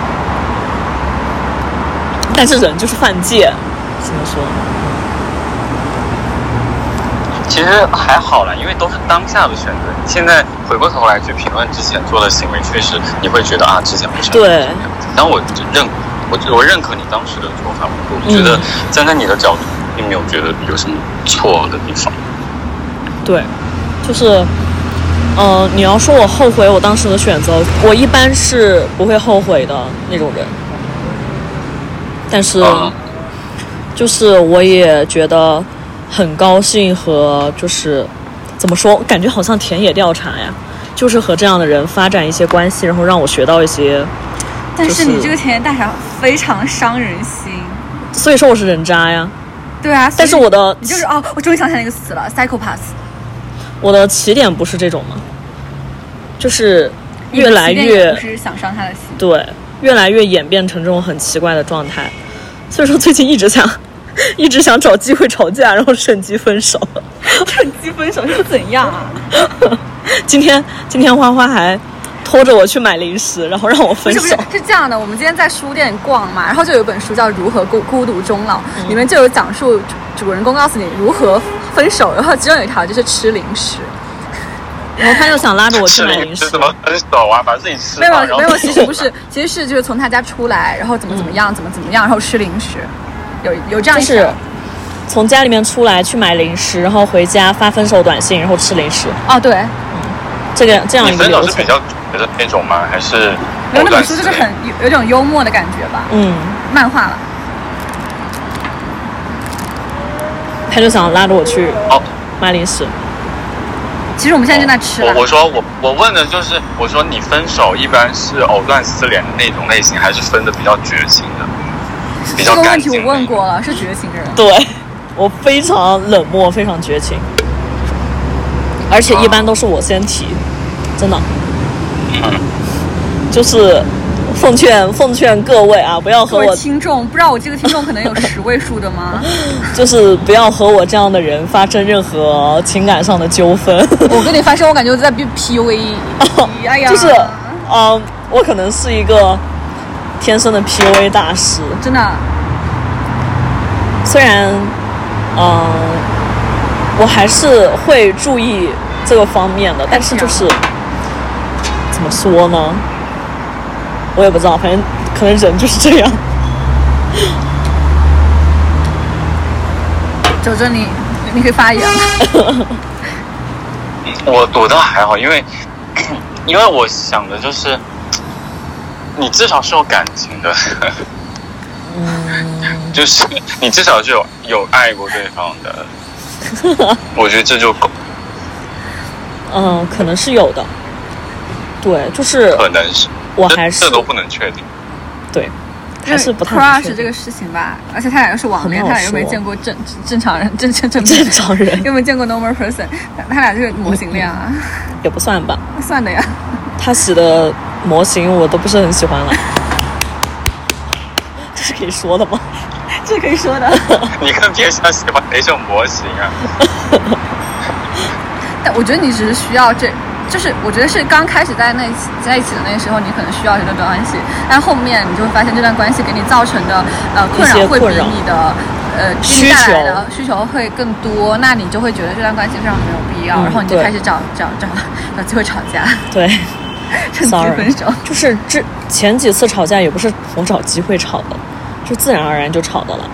但是人就是犯贱，怎么说？其实还好啦，因为都是当下的选择。你现在回过头来去评论之前做的行为，确实你会觉得啊，之前不是很对这样子但我只认，我我认可你当时的做法，我觉得嗯站在你的角度，并没有觉得有什么错的地方。对，就是，呃，你要说我后悔我当时的选择，我一般是不会后悔的那种人。但是，嗯就是我也觉得很高兴和就是怎么说，感觉好像田野调查呀，就是和这样的人发展一些关系，然后让我学到一些但就是你这个前言大赏非常伤人心。所以说我是人渣呀。对啊，所以但是我的你就是哦，我终于想起来那个词了，psychopath。我的起点不是这种吗？就是越来你的起点也越不是想伤他的心，对，越来越演变成这种很奇怪的状态。所以说最近一直想， [laughs] 一直想找机会吵架，然后趁机分手。趁机分手是怎样啊？今天今天花花还拖着我去买零食，然后让我不分是手。不是，是这样的，我们今天在书店逛嘛，然后就有一本书叫《如何孤孤独终老》，里面就有讲述主主人公告诉你如何分手，然后其中有一条就是吃零食。然后他又想拉着我去吃买零零食食怎，么分手啊？把自己吃没有了，然后没有，其实不是，其实是就是从他家出来，然后怎么怎么样，怎么怎么样，然后吃零食，有有这样就一是条。从家里面出来去买零食，然后回家发分手短信，然后吃零食，哦，对，这个这样 [laughs] 你一个分手流是程比。较绝的那种吗？还是没有藕那断本书丝就是连很有有种幽默的感觉吧，嗯，漫画了。他就想拉着我去哦。买零食。其实我们现在正在吃了我，我说我我问的就是，我说你分手一般是藕断丝连的那种类型，还是分的比较绝情的？比这较个干问净题的。我问过了，是绝情人。对，我非常冷漠，非常绝情，而且一般都是我先提，真的。就是奉劝奉劝各位啊，不要和各位我，听众，不知道我这个听众可能有十位数的吗？就是不要和我这样的人发生任何情感上的纠纷。 [laughs] 我跟你发生，我感觉我在被 PUA。哎呀， [laughs] 就是，嗯，我可能是一个天生的 PUA 大师，真的，虽然，嗯，我还是会注意这个方面的，但是就是哎怎么说呢，我也不知道，反正可能人就是这样。九珍你你可以发言了。我我倒还好，因为 [coughs] 因为我想的就是，你至少是有感情的，嗯 [laughs] 就是你至少是有有爱过对方 [laughs] 的，我觉得这就够，嗯，可能是有的。对，就是可能是，我这还是这都不能确定。对，还是不太明 crush 确 [laughs] 这个事情吧，而且他俩又是网恋，很他好俩又没说见过正正常人，正正 [laughs] 正正常人又没见过 normal person，他他俩就是模型恋 [laughs] 啊，也不算吧。算的呀。他洗的模型我都不是很喜欢 [laughs] 了，这是可以说的吗？这可以说的。你更偏向喜欢哪种模型 [laughs] 啊？但我觉得你只是需要这，就是我觉得是刚开始在那一起在一起的那个时候，你可能需要这段关系，但后面你就会发现这段关系给你造成的呃困一扰些会比困扰你的呃给需你带来求的需求会更多，那你就会觉得这段关系非常没有必要，嗯然后你就对开始找找找找机会吵架， [laughs] 对。趁机 Sorry 分手。 [laughs] 就是这前几次吵架也不是从找机会吵的，就自然而然就吵到了。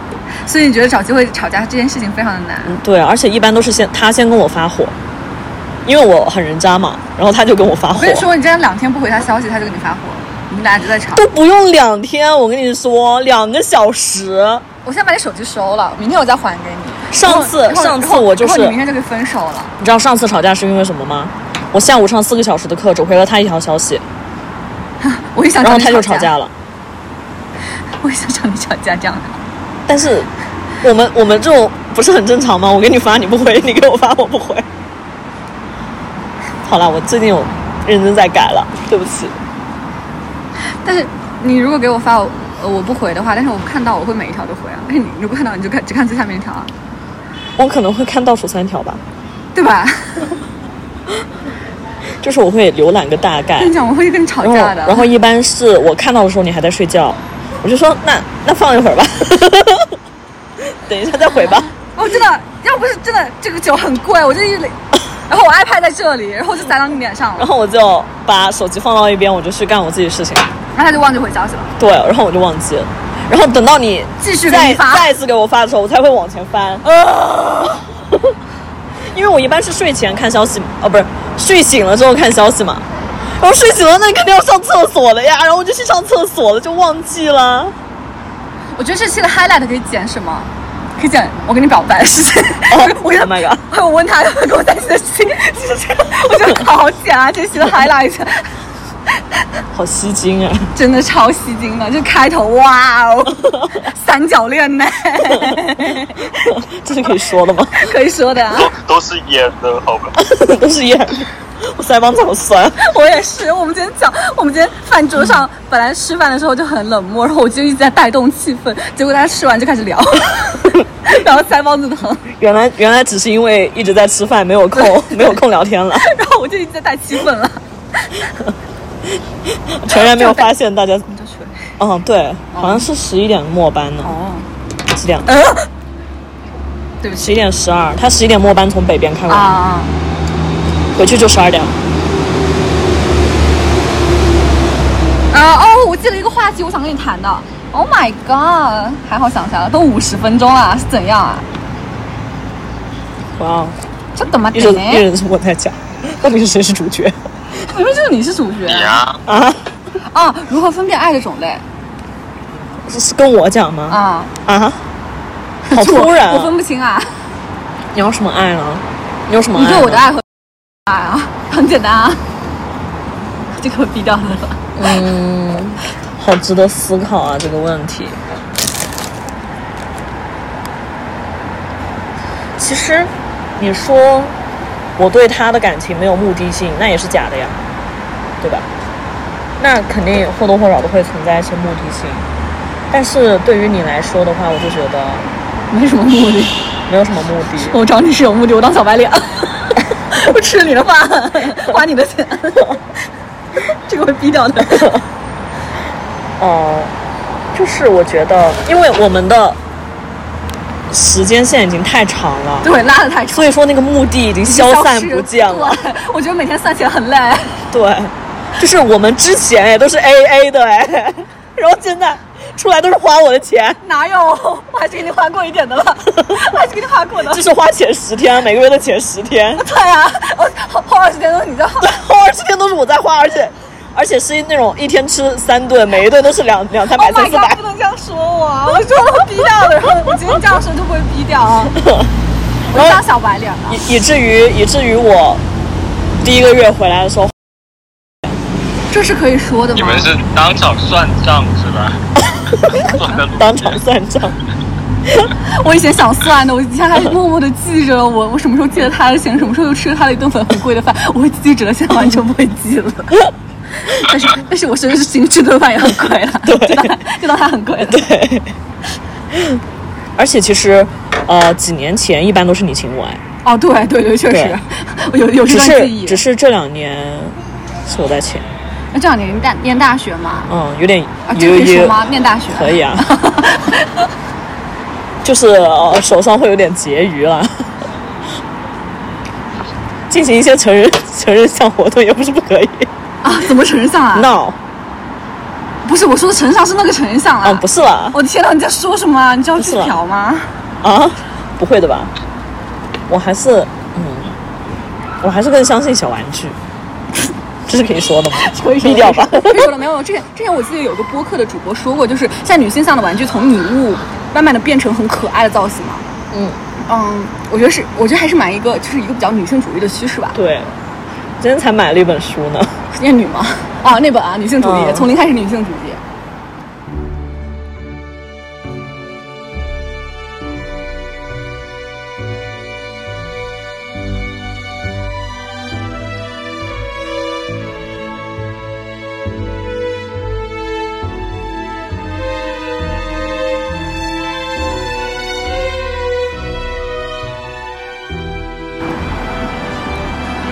所以你觉得找机会吵架这件事情非常的难。嗯，对，而且一般都是先他先跟我发火，因为我很人渣嘛，然后他就跟我发我火跟。你说，你这样两天不回他消息，他就给你发火，你们俩就在吵。都不用两天，我跟你说，两个小时。我先把你手机收了，明天我再还给你。上次然后上次然后我就是然后你明天就可以分手了。你知道上次吵架是因为什么吗？我下午上四个小时的课，只回了他一条消息，我也想然找后你他就吵啊吵架，了。 [laughs] 我也想找你吵架这样的。但是我们我们这种不是很正常吗？我给你发你不回， [laughs] 你给我发我不回。好了，我最近有认真在改了，对不起。但是你如果给我发我呃我不回的话，但是我看到我会每一条都回啊。但是你如果看到你就看只看最下面一条啊，我可能会看倒数三条吧，对吧？就是我会浏览个大概跟你，讲，我会跟你吵然后嗯架的。哎然后一般是我看到的时候你还在睡觉，我就说那那放一会儿吧， [laughs] 等一下再回吧。我哦真的要不是真的这个酒很贵，我就一垒， [laughs] 然后我 iPad 在这里，然后我就砸到你脸上了然，后我就把手机放到一边，我就去干我自己的事情。然后他就忘记回消息了。对，然后我就忘记了，然后等到你继续给再你发啊再一次给我发的时候，我才会往前 [laughs] 翻。 [laughs] 因为我一般是睡前看消息，哦，不是睡醒了之后看消息嘛。然后睡醒了，那肯定要上厕所了呀，然后我就去上厕所了，就忘记了。我觉得这期的 highlight 可以剪什么？可以剪我跟你表白的 [laughs] 事情。哦 [laughs] 我就 Oh my god 我问他 [laughs] 要不要跟我在一起的事情，就是这个，我觉得好好剪啊，这期的 highlight。好吸睛啊！ [laughs] 真的超吸睛的，就开头哇哦，三角恋呢， [laughs] 这是可以说的吗？ [laughs] 可以说的啊。都都是演的，[laughs] 好吧？都是演，我腮帮子好酸。我也是，我们今天讲，我们今天饭 [laughs] 桌上本来吃饭的时候就很冷漠，然后我就一直在带动气氛，结果大家吃完就开始 [laughs] 聊， [laughs] 然后腮帮子疼， [laughs] 原来原来只是因为一直在吃饭，没有空没有空聊天 [laughs] 了，然后我就一直在带气氛了。全然没有发现大家。你就去嗯，对，好像是十一点末班呢，哦，十点嗯对不起十一点十二，他十一点末班从北边开过来，啊，回去就十二点了。啊哦，我记得一个话题，我想跟你谈的。Oh my god！还好想起来了，都五十分钟了，是怎样啊？哇哦，这怎么一点直一呢？直是我在讲，到底是谁是主角明明就是你是主角你呀、啊？啊！如何分辨爱的种类是是跟我讲吗？啊？啊？好突然我分啊！不清啊！你要什么爱了？你有什么你爱？对我的爱和爱啊，很简单啊，就给我逼掉了。嗯，好值得思考啊这个问题。其实，你说我对他的感情没有目的性，那也是假的呀，对吧？那肯定或多或少都会存在一些目的性。但是对于你来说的话，我就觉得没什么目的，没有什么目的。我找你是有目的，我当小白脸，我吃你的饭，花你的钱，这个会逼掉的。哦、就是我觉得，因为我们的时间线已经太长了，对，拉的太长，所以说那个目的已经消散不见了。对。我觉得每天算起来很累，对，就是我们之前也都是 A A 的哎， [laughs] 然后现在出来都是花我的钱，哪有？我还是给你花过一点的了，我还是给你花过的。就是花前十天，每个月的前十天， [laughs] 对啊，我后后二十天都是你在花对，，后二十天都是我在花，而且而且是那种一天吃三顿，每一顿都是两两三 Oh 百、三 my 四百 god！不。能这样说我啊，我说我逼掉了，然后你今天这样说就不会逼 [laughs] 掉啊。我就当小白脸了。以以至于以至于我第一个月回来的时候，这是可以说的你们是当场算账是吧？算得当场算账，我以前想算的，我以前还默默的记着我我什么时候记了他的钱，什么时候又吃了他的一顿很很 [laughs] 贵的饭，我会记着了，现在完全不会记了。但是但是我确实是请吃顿饭也很贵了， [laughs] 对就当 [laughs] 就当他很贵了。对。而且其实，呃，几年前一般都是你情我爱，哦，对对对，确实对我有有这只段记忆是。只是这两年是我在请，那这两年大念大学嘛，嗯，有点啊，这有个可以有说吗？念大学可以啊， [laughs] 就是、呃、手上会有点结余了，进行一些成人成人项活动也不是不可以。啊？怎么成人像啊？ no，不是我说的成人像是那个成人像啊，啊，不是啦，我的天呐，你在说什么啊？你知道这条吗？啊，不会的吧？我还是嗯，我还是更相信小玩具， [laughs] 这是可以说的吗？可以说低调吧。可以说了，没有。之 [laughs] 前之前我记得有个播客的主播说过，就是像女性向的玩具从拟物慢慢的变成很可爱的造型嘛。嗯，嗯，我觉得是，我觉得还是蛮一个，就是一个比较女性主义的趋势吧。对，今天才买了一本书呢。厌女吗？哦，那本啊，女性主义，嗯从零开始女性主义。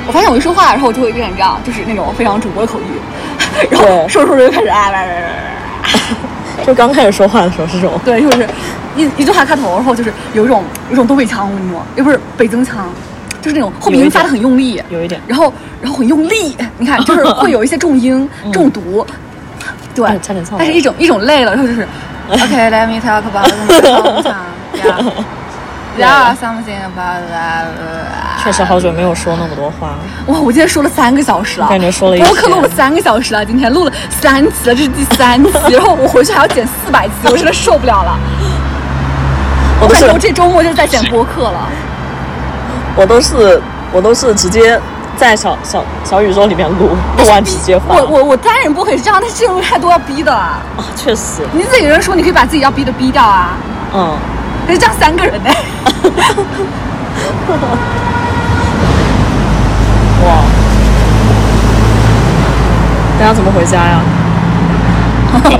我发现我一说话，然后我就会变成这样，就是那种非常主播的口音， [laughs] 然后对说着说着就开始啊来来来来来。就刚开始说话的时候是这种，对，就是一一句话开头，然后就是有一种有一种东北腔，我跟你说，也不是北京腔，就是那种后鼻音发的很用力，有一点然后然后很用力，你看就是会有一些 [laughs] 重音、重读，对嗯哎差点，唱但是一种一种累了，然后就是 [laughs] OK let me talk about something yeah yeah something about that [laughs] 确实好久没有说那么多话了。哇，我今天说了三个小时了，感觉说了一播客天录了三个小时了，今天录了三期了，这是第三期，然后我回去还要剪四百期，我真的受不了了。我我都感哦是觉我这周末就是在剪播客了，我都是我都是直接在小小小宇宙里面录，录完直接发。我我我当然不会这样，但是这种太多要逼的啊！啊确实，你自己人说你可以把自己要逼的逼掉啊，嗯，可是这样三个人呢、 [laughs] 哇，大家怎么回家呀？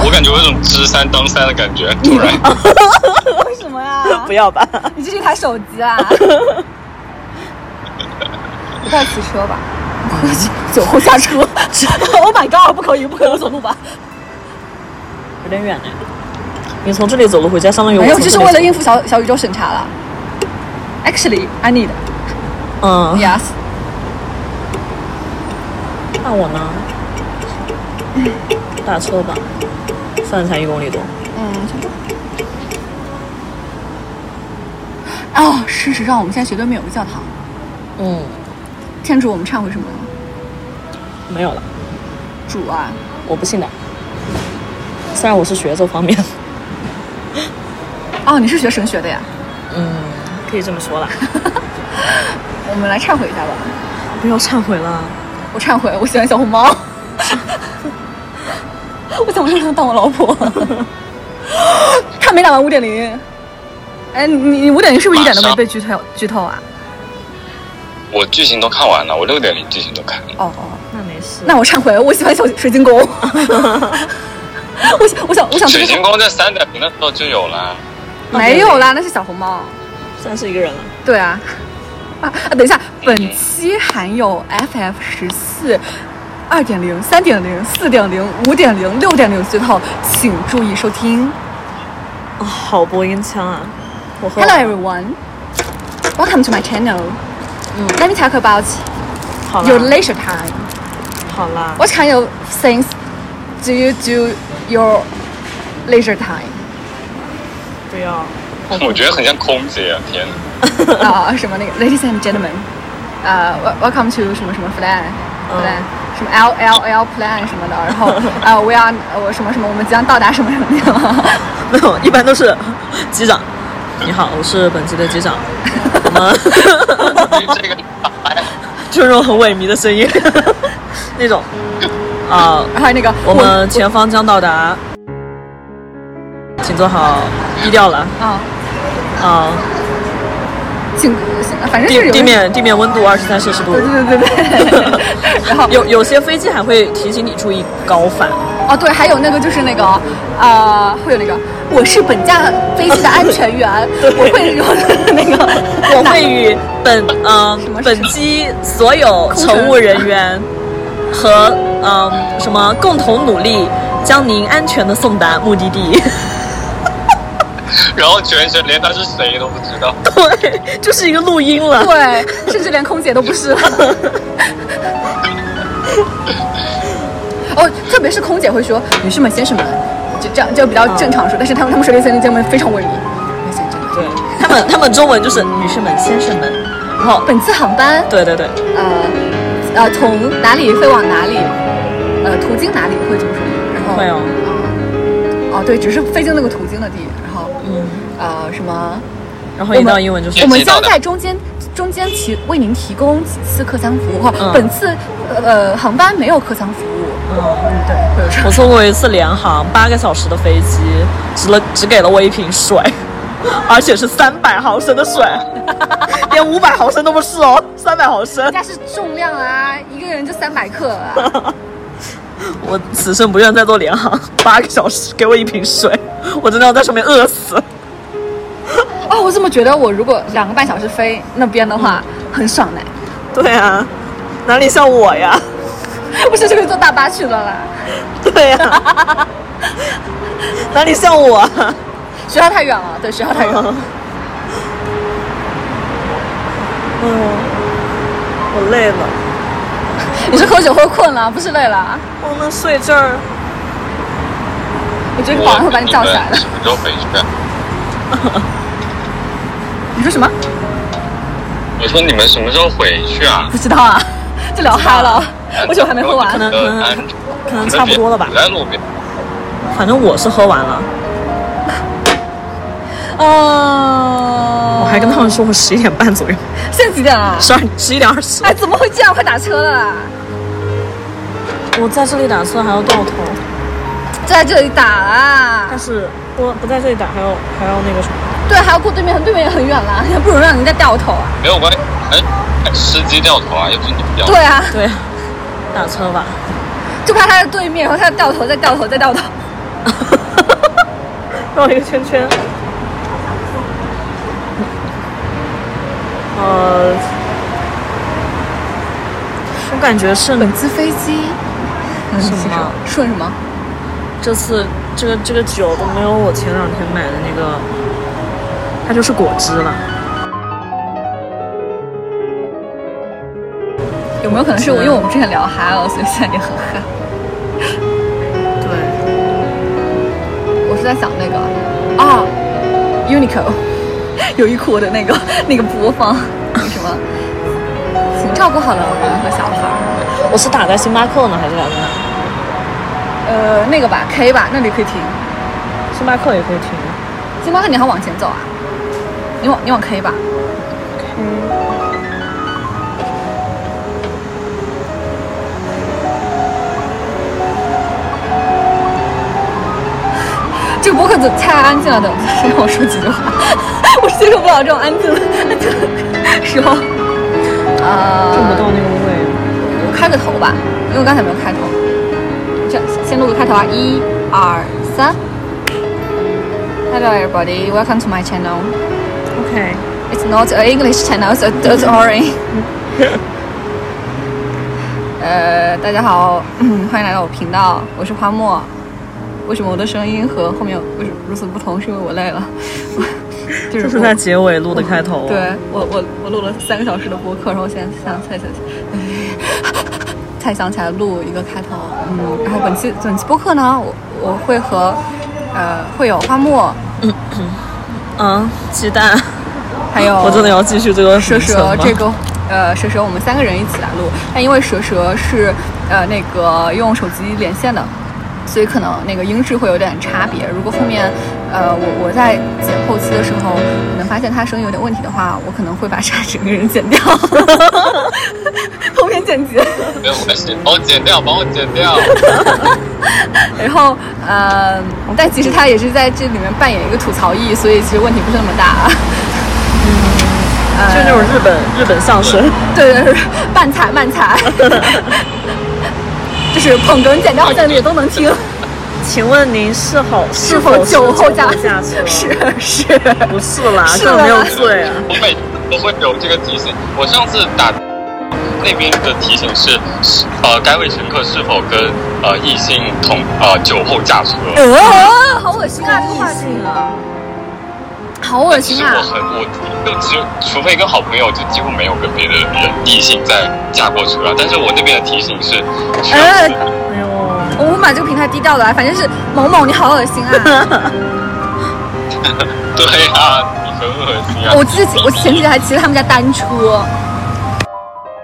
我感觉有一种知三当三的感觉，突然。为什么呀？不要吧，你这是一台手机 [laughs] 啊！不带骑 [laughs] 车吧？酒后驾车！Oh my god！不可以，不可以，我走路吧。有点远哎。你从这里走路回家，相当于我没有，从这是里为了走应付小小宇宙审查了。Actually, I need. 嗯， Yes. 那我呢？打车吧，算才一公里多。嗯，差不多。哦，事实上，我们现在学对面有个教堂。嗯，天主，我们忏悔什么呢？没有了，主啊，我不信的。虽然我是学这方面，哦，你是学神学的呀？嗯，可以这么说啦。我们来忏悔一下吧。不要忏悔了，我忏悔，我喜欢小红帽。 [laughs] 我怎么让他当我老婆？ [laughs] 看没打完五点零。哎，你你五点零是不是一点都没被剧透剧透啊？我剧情都看完了，我六点零剧情都看了。哦哦，那没事。那我忏悔，我喜欢小水晶宫。 [laughs] 我想我想我想水这晶个宫在三点零的时候就有了，没有啦，那是小红帽。算是一个人了。对啊，啊啊！等一下，本期含有 FF 十四、二点零、三点零、四点零、五点零、六点零剧透，请注意收听。啊、好播音腔啊！我喝 Hello everyone, welcome to my channel. Let me talk about 好啦 your leisure time. 好啦， What kind of things do you do your leisure time? 不要。 [laughs] 我觉得很像空姐啊！天哪，啊、什么那个 Ladies and Gentlemen，呃、w e l c o m e to 什么什么 Plan 嗯 Plan、什么 L L L Plan 什么的，然后啊、[laughs] w e are 我什么什么，我们即将到达什么什么地方。 [laughs] 没有， [laughs] 一般都是机长。你好，我是本期的机长。我 [laughs] 们这个哎，就是那种很萎靡的声音， [laughs] 那种啊、还有那个我们前方将到达，请坐好，低调了啊、啊、请反正是地有地面地面温度二十三摄氏度对。对对对对， [laughs] 然后有有些飞机还会提醒你注意高反，哦对，还有那个就是那个呃，会有那个我是本架飞机的安全员，我会有那个我会与 [laughs] 本呃什么本机所有乘务人员和嗯、呃、什么共同努力，将您安全的送达目的地。 [laughs] 然后全程连他是谁都不知道。对，就是一个录音了。对，甚至连空姐都不是了。哦，特别是空姐会说“女士们、先生们”，就这样就比较正常说，但是他们他们说这些那些们非常文明。对他们，他们中文就是女士们、先生们，然后本次航班对对对，呃呃从哪里飞往哪里，呃途经哪里会怎么说？然后会哦哦对，只是飞经那个途经的地，然后嗯，呃什么。然后一到英文就是我们知道将的在中间中间提为您提供几次客舱服务。嗯本次呃航班没有客舱服务。嗯，嗯，对，会有这我种。坐过一次联航八个小时的飞机，只了只给了我一瓶水， [laughs] 而且是三百毫升的水， [laughs] 连五百毫升都不是哦，三百毫升人。家是重量啊，一个人就三百克 [laughs] 啊。我此生不愿再坐联航，八个小时给我一瓶水，我真的要在上面饿死。哦，我怎么觉得我如果两个半小时飞那边的话，嗯很爽哎 [laughs] 呢？对啊，哪里像我呀？我甚至可以坐大巴去了啦。对呀、哪里像我啊？学校太远了，对，学校太远 [laughs] 了。嗯，我累了，你是喝酒喝困了，不是累了？我能睡这儿。我觉得保安会把你叫起来的我。什么时候回去啊？你说什么？我说你们什么时候回去啊？不知道啊，就聊嗨了。 [laughs] 我酒还没喝完。可能可能呃安可能差不多了吧你在路边，反正我是喝完了，哦，我我还跟他们说我十一点半左右，现在几点啊了？十二十一点二十哎，。怎么会这样？快打车了啦！我在这里打算还要掉头，就在这里打啊但！是不不在这里打还要还要那个什么。对，还要过对面，对面也很远啦，也不容让人家掉头啊！没有关系，哎，哎司机掉头啊，又不是你掉。对啊，对，打车吧。就怕他在对面，然后他掉头，再掉头，再掉头。绕了一个圈圈。呃，我感觉是本次飞机嗯什么？顺什么？这次这个这个酒都没有我前两天买的那个，它就是果汁了。有没有可能是我？因为我们之前聊嗨了，所以现在也很嗨。对，我是在想那个啊，Uniqlo [laughs] 优衣库的那个那个播 [laughs] 放那个什么，请照顾好老人和小孩儿。我是打在星巴克呢，还是打在哪？呃，那个吧，K 吧，那里可以停。星巴克也可以停。星巴克你还往前走啊？你往你往 K 吧。嗯这个播客怎么太安静了？等谁让我说几句话？ [laughs] 我接受不了这种安静的安静的时候。啊、看不到那个位。我开个头吧，因为我刚才没有开头。这先录个开头啊，一、二、三。Hello everybody, welcome to my channel. OK， It's not an English channel, so [laughs] don't worry. [laughs] 呃，大家好， [clears throat] 嗯欢迎来到我频道，我是花沫。为什么我的声音和后面为什么如此不同？是因为我累了， [laughs] 就这是是我在结尾录的开头、对，我我我录了三个小时的播客，然后现在想才想才想起来录一个开头，嗯，然后本期本期播客呢，我我会和呃会有花木，嗯，鸡蛋，还有我真的要继哦续这个蛇行程蛇吗这个。呃，蛇蛇，我们三个人一起来录，但因为蛇蛇是呃那个用手机连线的，所以可能那个音质会有点差别。如果后面呃我我在剪后期的时候能发现他声音有点问题的话，我可能会把他 [laughs] 整个人剪掉，后面剪辑。没有关系，帮我剪掉，帮我剪掉。然后呃，但其实他也是在这里面扮演一个吐槽役，所以其实问题不是那么大啊。嗯，就那种日本日本相声。对对对，慢踩慢 [laughs] 踩，就是捧哏剪掉好像也都能听，请问您是否是是否是酒后驾驾车？是是，不是啦，是根本没有啦醉啊。我每次都会有这个提醒。我上次打那边的提醒是，是呃，该位乘客是否跟呃异性同呃酒后驾车？哦，好恶心啊，这个话题，好恶其心实啊我！很我就只有除非跟好朋友，就几乎没有跟别的人异性在驾过车啊。但是我那边的提醒是，全哎部哎呦，我们把这个平台低调了啊，反正是某某，你好恶心啊！ [laughs] 对啊，你很恶心啊。我自己，我前几天还骑了他们家单车，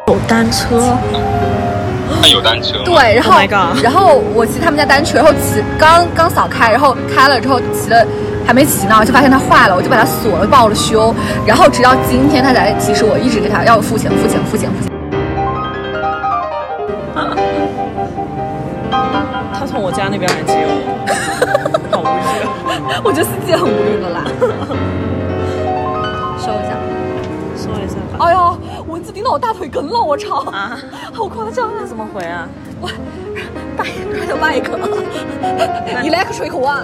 有单车，那有单车吗？对，然后、 Oh my god 然后我骑他们家单车，然后骑刚刚扫开，然后开了之后骑了还没骑呢，我就发现它坏了，我就把它锁了，报了修，然后直到今天它才提示我，一直给它要付钱，付钱，付钱，付钱。 [laughs] 他从我家那边来接我， [laughs] 好无语。我觉得司机也很无语了啦， [laughs] 收一下。说一下吧。哎呀，蚊子叮到我大腿根了，我操！啊，好夸张啊！怎么回啊？掰，快点掰一个，electric one。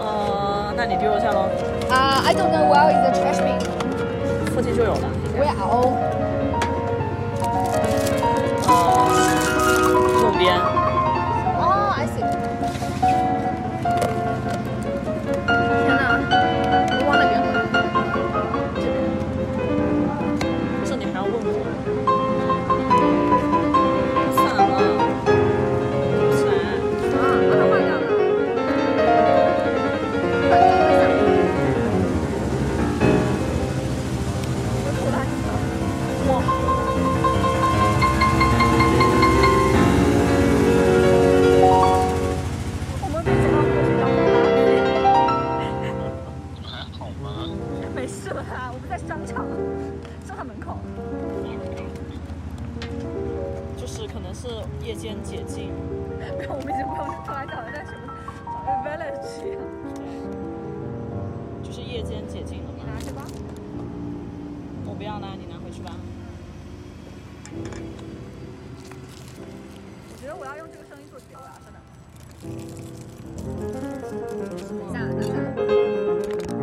呃，那你丢一下喽，啊、i don't know where is the trash bin. 附近就有了。 Where Oh. are all? 呃，右边。哦，I see。天哪，我忘了点了。这你还要问我？散了，散。啊，把它坏掉了。快点快点我次夜间解禁。我们已经不知道突然讲的在什么 village 一样。对，就是夜间解禁了你嘛。拿着吧。我不要啦，你拿回去吧。我觉得我要用这个声音做结尾啊，真的。下来的下来。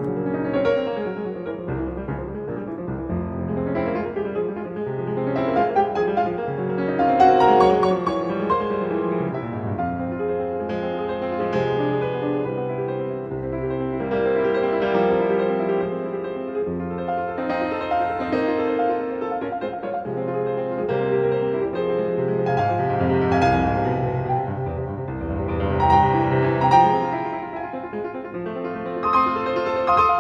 好，